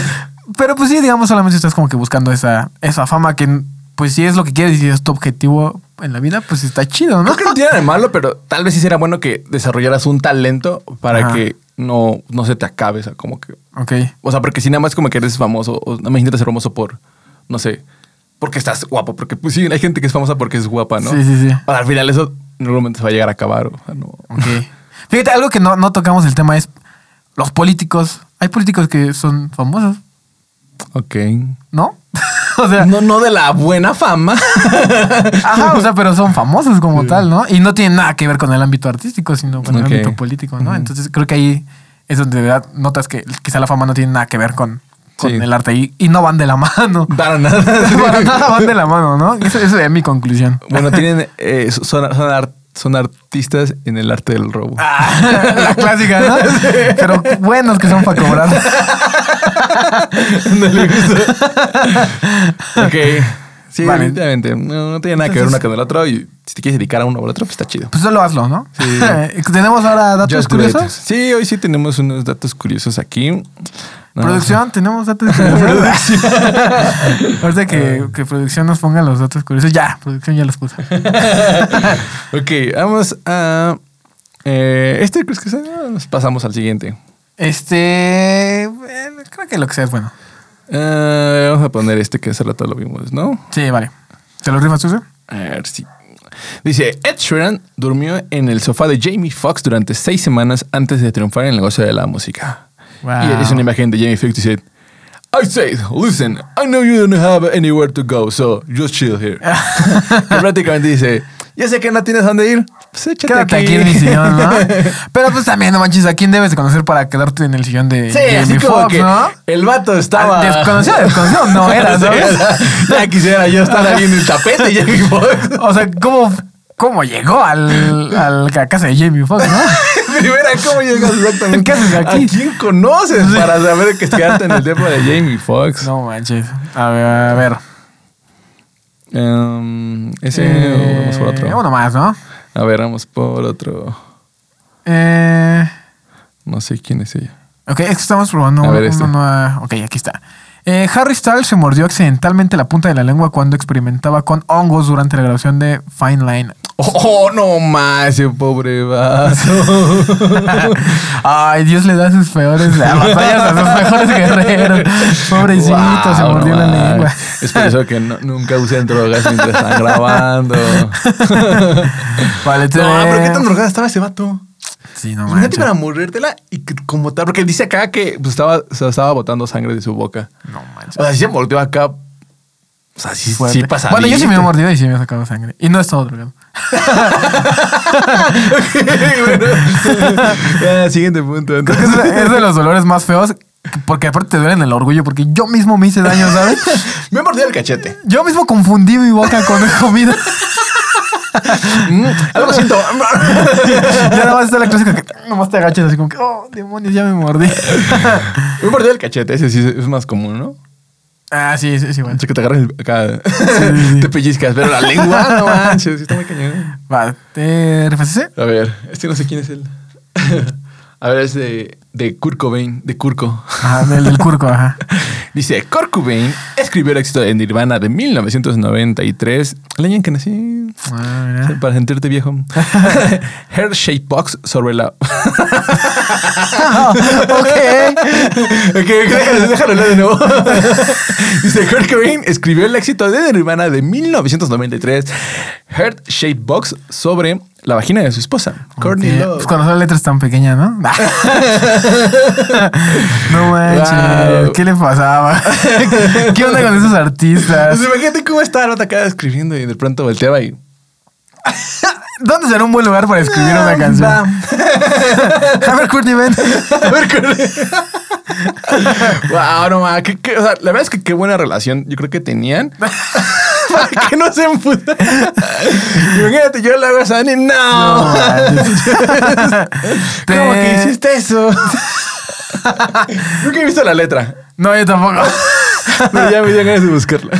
Pero pues sí, digamos, solamente estás como que buscando esa, esa fama que, pues si es lo que quieres y si es tu objetivo en la vida, pues está chido, ¿no?
No creo que tiene de malo, pero tal vez sí sería bueno que desarrollaras un talento para
Ajá.
que no, no se te acabe. O sea, como que.
Ok.
O sea, porque si nada más como que eres famoso, o nada más intentas ser famoso por, no sé, porque estás guapo, porque pues sí, hay gente que es famosa porque es guapa, ¿no?
Sí, sí, sí.
Ahora, al final eso normalmente se va a llegar a acabar. O sea, no.
Ok. Fíjate, algo que no, no tocamos el tema es los políticos. Hay políticos que son famosos,
Ok.
¿no? o sea,
No, no de la buena fama.
ajá, o sea, pero son famosos como tal, ¿no? Y no tienen nada que ver con el ámbito artístico, sino con
Ok.
el ámbito político, ¿no?
Ujú.
Entonces creo que ahí es donde de verdad notas que quizá la fama no tiene nada que ver con, con
Sí.
el arte y, y no van de la mano.
Para nada.
Para nada van de la mano, ¿no? Esa esa es mi conclusión.
Bueno, tienen, eh, son, son ar- son artistas en el arte del robo.
Ah, la clásica, ¿no? Pero buenos que son para cobrar.
Ándale, justo. ok. Sí,
Vale.
definitivamente. No, no tiene nada que ver una con el otro. Y si te quieres dedicar a uno o al otro, pues está chido.
Pues solo hazlo, ¿no?
Sí.
Tenemos ahora datos
Just do it.
curiosos.
Sí, hoy sí tenemos unos datos curiosos aquí. No,
Producción, tenemos datos curiosos. Ahorita que, que producción nos ponga los datos curiosos. Ya, producción ya los puso.
ok, vamos a. eh, este crees que sea? Nos pasamos al siguiente.
Este. bueno, creo que lo que sea es bueno.
Eh, vamos a poner este que hace rato lo vimos, ¿no?
Sí, vale. ¿Se lo rimas tú, Sue?
A ver si. Dice, Ed Sheeran durmió en el sofá de Jamie Foxx durante seis semanas antes de triunfar en el negocio de la música.
Wow.
Y es una imagen de Jamie Foxx dice, I said, listen, I know you don't have anywhere to go, so just chill here. que prácticamente dice, ya sé que no tienes dónde ir, pues échate
Quédate aquí.
aquí.
en mi sillón, ¿no? Pero pues también, no manches, ¿a quién debes de conocer para quedarte en el sillón de
Sí, así
Jamie
como
Foxx,
que
no?
el vato estaba...
Al Desconocido, desconocido no era,
Sí,
¿sabes?
era. Ya quisiera yo estar ahí en el tapete, Jamie Foxx.
O sea, ¿cómo, cómo llegó al, al- a la casa de Jamie Foxx, no?
Primera, ¿cómo llegas exactamente?
¿Qué haces aquí?
¿A quién conoces para saber que quedarte en el depo de Jamie Foxx?
No manches. A ver, a ver.
Em, ese
Eh,
o vamos por otro.
Uno más, ¿no?
A ver, vamos por otro.
Eh,
No sé quién es ella.
ok, es que estamos probando
A ver
uno
este.
nueva- Ok, aquí está. Eh, Harry Styles se mordió accidentalmente la punta de la lengua cuando experimentaba con hongos durante la grabación de Fine Line.
Oh, no más, ese pobre vaso.
Ay, Dios le da sus peores batallas a los mejores guerreros. Pobrecito, se
Wow,
mordió la
no más.
lengua.
Es por eso que no- nunca usen drogas mientras están grabando.
Vale, te-
No, pero qué tan drogada estaba ese vato.
Sí, no
Imagínate
manches.
para mordértela y que- como tal. Porque dice acá que pues, estaba, o sea, estaba botando sangre de su boca.
No manches.
O sea, sí se volteó acá. O sea, sí,
Fuerte.
sí pasadito.
Bueno, yo sí me he mordido y sí me he sacado sangre. Y no he estado drogado.
Bueno. Ah, siguiente punto.
Es,
Entonces,
es de los dolores más feos porque aparte te duelen el orgullo porque yo mismo me hice daño, ¿sabes?
me he mordido el cachete.
Yo mismo confundí mi boca con comida.
Mm, algo siento.
Ya nada más está la clásica que nomás te agachas así como que, oh, demonios, ya me mordí.
me he mordido el cachete. Ese sí es más común, ¿no?
Ah, sí, sí, es igual.
O sea, que te agarras el- acá.
sí, sí.
Te pellizcas, pero la lengua, no manches. sí Está muy cañón.
Va, ¿te refaces?
A ver, este no sé quién es él. A ver, es de, de Kurt Cobain, de Kurko.
Ajá, Ah, del, del curco, ajá.
Dice, Kurt Cobain escribió el éxito de Nirvana de 1993, el año en que nací.
Ah, mira.
Para sentirte viejo. Hair Shape Box sobre la.
ok.
ok, ok, déjalo, déjalo hablar de nuevo. Dice Kurt Cobain escribió el éxito de Nirvana de 1993, Heart Shape Box sobre la vagina de su esposa, Courtney
Ok.
Love.
Pues cuando son letras tan pequeñas, ¿no? no manches.
Wow.
¿Qué le pasaba? ¿Qué onda con esos artistas?
Pues imagínate cómo estaba la otra acá escribiendo y de pronto volteaba
Ah,
y.
¿Dónde será un buen lugar para escribir
Ah,
una canción? A ver, Courtney, ven.
A ver, wow, no ma, qué- qué- o sea, la verdad es que qué buena relación yo creo que tenían. que no se emputa. Imagínate, yo le hago a Sani. No. ¿Cómo
Te-
que hiciste eso? Nunca he visto la letra.
No, yo tampoco.
Pero ya me dio ganas de buscarla.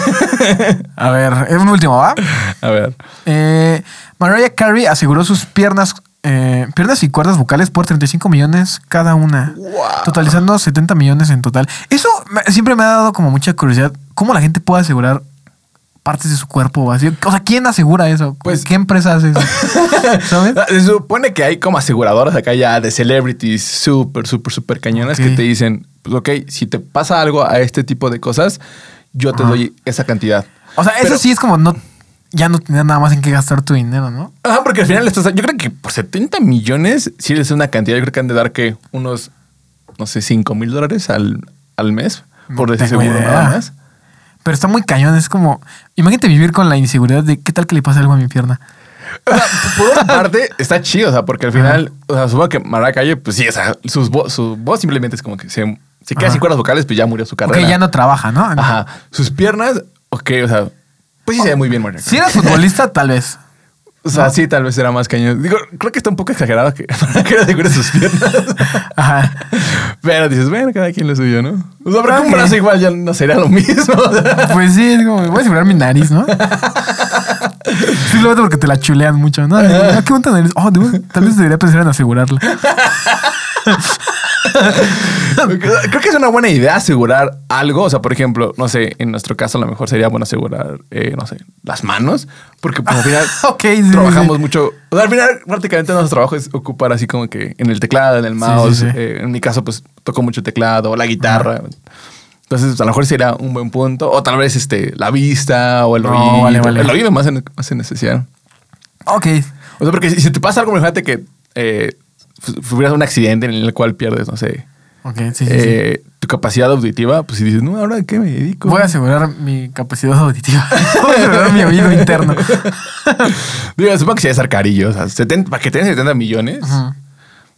A ver, es un último, ¿va?
A ver.
Eh, Mariah Carey aseguró sus piernas, eh, piernas y cuerdas vocales por 35 millones cada una,
Wow.
totalizando 70 millones en total. Eso me- siempre me ha dado como mucha curiosidad. ¿Cómo la gente puede asegurar partes de su cuerpo? Así, o sea, ¿quién asegura eso?
Pues-
¿Qué empresa hace eso? ¿Sabes?
Ah, Se supone que hay como aseguradoras acá ya de celebrities súper, súper, súper cañonas
Ok.
que te dicen, pues ok, si te pasa algo a este tipo de cosas, yo te doy esa cantidad.
O sea, eso
Pero-
sí es como no, ya no tener nada más en qué gastar tu dinero, ¿no?
Ajá, porque al final le estás- Yo creo que por 70 millones, si es una cantidad, yo creo que han de dar que unos, no sé, 5 mil dólares al, al mes, por
No
decir
tengo
seguro,
idea.
nada más.
Pero está muy cañón, es como, imagínate vivir con la inseguridad de qué tal que le pasa algo a mi pierna.
O sea, por una parte, está chido, o sea, porque al final, o sea, supongo que Mariah Carey, pues sí, o sea, sus vo- su voz simplemente es como que se, se queda
Ajá.
sin cuerdas vocales, pues ya murió su carrera.
Porque ya no trabaja, ¿no?
Ajá. Sus piernas, ok, o sea, pues sí se ve muy bien Mariah
Si
Carey.
eras futbolista, tal vez.
O sea, sí, tal vez era más cañón. Digo, creo que está un poco exagerado que Mariah Carey asegure sus piernas.
Ajá.
Pero dices, bueno, cada quien lo suyo, ¿no? O sea, pero
Ok.
un brazo igual ya no sería lo mismo. o sea.
Pues sí, es como, voy a asegurar mi nariz, ¿no? Simplemente porque te la chulean mucho, ¿no? Ah, qué bonita nariz. Oh, dude, tal vez debería pensar en asegurarla.
Creo que es una buena idea asegurar algo. O sea, por ejemplo, no sé, en nuestro caso a lo mejor sería bueno asegurar, eh, no sé, las manos. Porque pues, al final
Ok, sí,
trabajamos
sí.
mucho. O sea, al final prácticamente nuestro trabajo es ocupar así como que en el teclado, en el mouse.
sí, sí.
eh, en mi caso, pues toco mucho teclado, la guitarra. Entonces, pues, a lo mejor sería un buen punto. O tal vez este, la vista o el
No,
oído.
vale, vale.
El oído más en, más en especial.
Ok.
O sea, porque si, si te pasa algo, imagínate que eh, fu- tuvieras un accidente en el cual pierdes, no sé,
Ok, sí, sí, sí.
eh, tu capacidad auditiva, pues si dices, no, ¿ahora a qué me dedico?
Voy a asegurar mi capacidad auditiva. Voy a asegurar mi oído interno.
Digo, supongo que sea zarcarillo, o sea, 70 para que tengas 70 millones.
Ujú.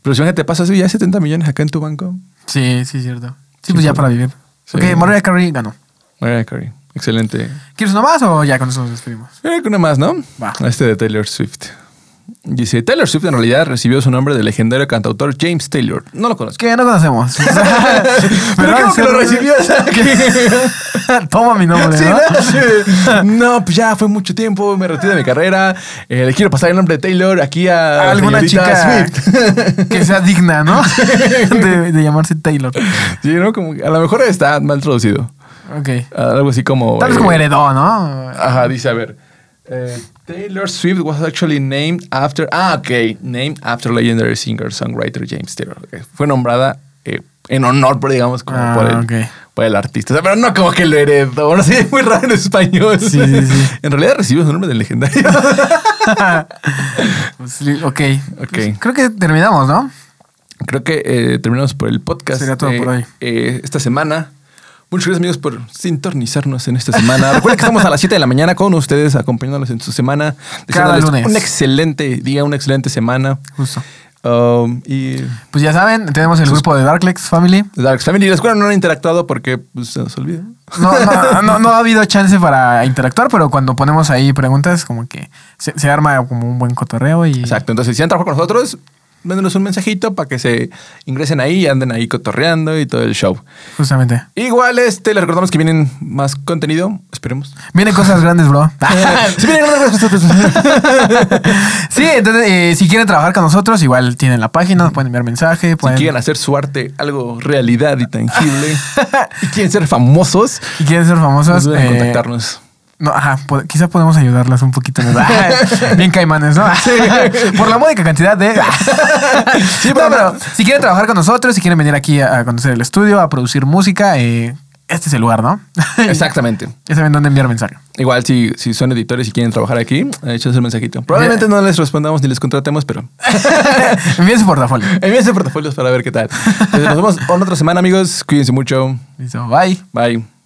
Pero si imagínate, pasa eso y ya 70 millones acá en tu banco.
Sí, sí, cierto. Sí,
Sí,
pues ya
por-
para vivir.
sí.
Ok, Mariah Carey ganó.
Mariah Carey, excelente.
¿Quieres una más o ya con eso nos despedimos?
Creo que una más, ¿no?
Va.
Este de Taylor Swift. Dice, Taylor Swift en realidad recibió su nombre del legendario cantautor James Taylor. No lo conozco.
Que no conocemos.
Pero creo que lo recibió. o sea, que-
Toma mi nombre,
Sí,
¿no?
¿no? Sí. No, pues ya fue mucho tiempo, me retiré de mi carrera. eh, le quiero pasar el nombre de Taylor aquí a
Ah, alguna
señorita
chica
Swift.
que sea digna, ¿no? De, de llamarse Taylor.
Sí, ¿no? Como que a lo mejor está mal traducido.
Ok.
Algo así como.
Tal vez
eh,
como heredó, ¿no?
Ajá, dice, a ver. eh, Taylor Swift was actually named after. Ah, ok. Named after legendary singer-songwriter James Taylor. Ok, Fue nombrada eh, en honor, pero digamos, como
Ah,
por, el,
ok.
por el artista. O sea, pero no como que lo heredó. No sé, es muy raro en español.
Sí, sí, sí.
en realidad recibió su nombre del legendario.
Pues sí, ok.
Ok.
Pues creo que terminamos, ¿no?
Creo que eh, terminamos por el podcast.
Sería todo
de,
por hoy.
eh, esta semana. Muchas gracias amigos por sintonizarnos en esta semana. Recuerden que estamos a las 7 de la mañana con ustedes, acompañándolos en su semana.
Cada
Deseándoles
lunes.
Un excelente día, una excelente semana.
Justo.
Um, y
Pues ya saben, tenemos el grupo de Darklex Family.
Darks Family, les juro, no han interactuado porque pues, se nos olvida.
No, no, no, no ha habido chance para interactuar, pero cuando ponemos ahí preguntas, como que se, se arma como un buen cotorreo y.
Exacto, entonces si han trabajado con nosotros, mándenos un mensajito para que se ingresen ahí y anden ahí cotorreando y todo el show.
Justamente.
Igual, este, les recordamos que vienen más contenido, esperemos.
Vienen cosas grandes, bro.
Sí, miren, pues,
sí, entonces, eh, si quieren trabajar con nosotros, igual tienen la página, nos pueden enviar mensaje,
Si
pueden.
quieren hacer su arte algo realidad y tangible y quieren ser famosos,
y quieren ser
no
famosos,
duden en
eh,
contactarnos.
No, ajá, po- quizá podemos ayudarlas un poquito. ¿no? Bien caimanes, ¿no? Por la módica cantidad de...
Sí,
No,
pero-
pero si quieren trabajar con nosotros, si quieren venir aquí a, a conocer el estudio, a producir música, eh, este es el lugar, ¿no?
Exactamente.
ya saben dónde enviar mensaje.
Igual, si, si son editores y quieren trabajar aquí, échenos un mensajito. Probablemente no les respondamos ni les contratemos, pero
Envíen su portafolio.
envíense portafolios para ver qué tal. Entonces, nos vemos en otra semana, amigos. Cuídense mucho.
Listo, bye.
Bye.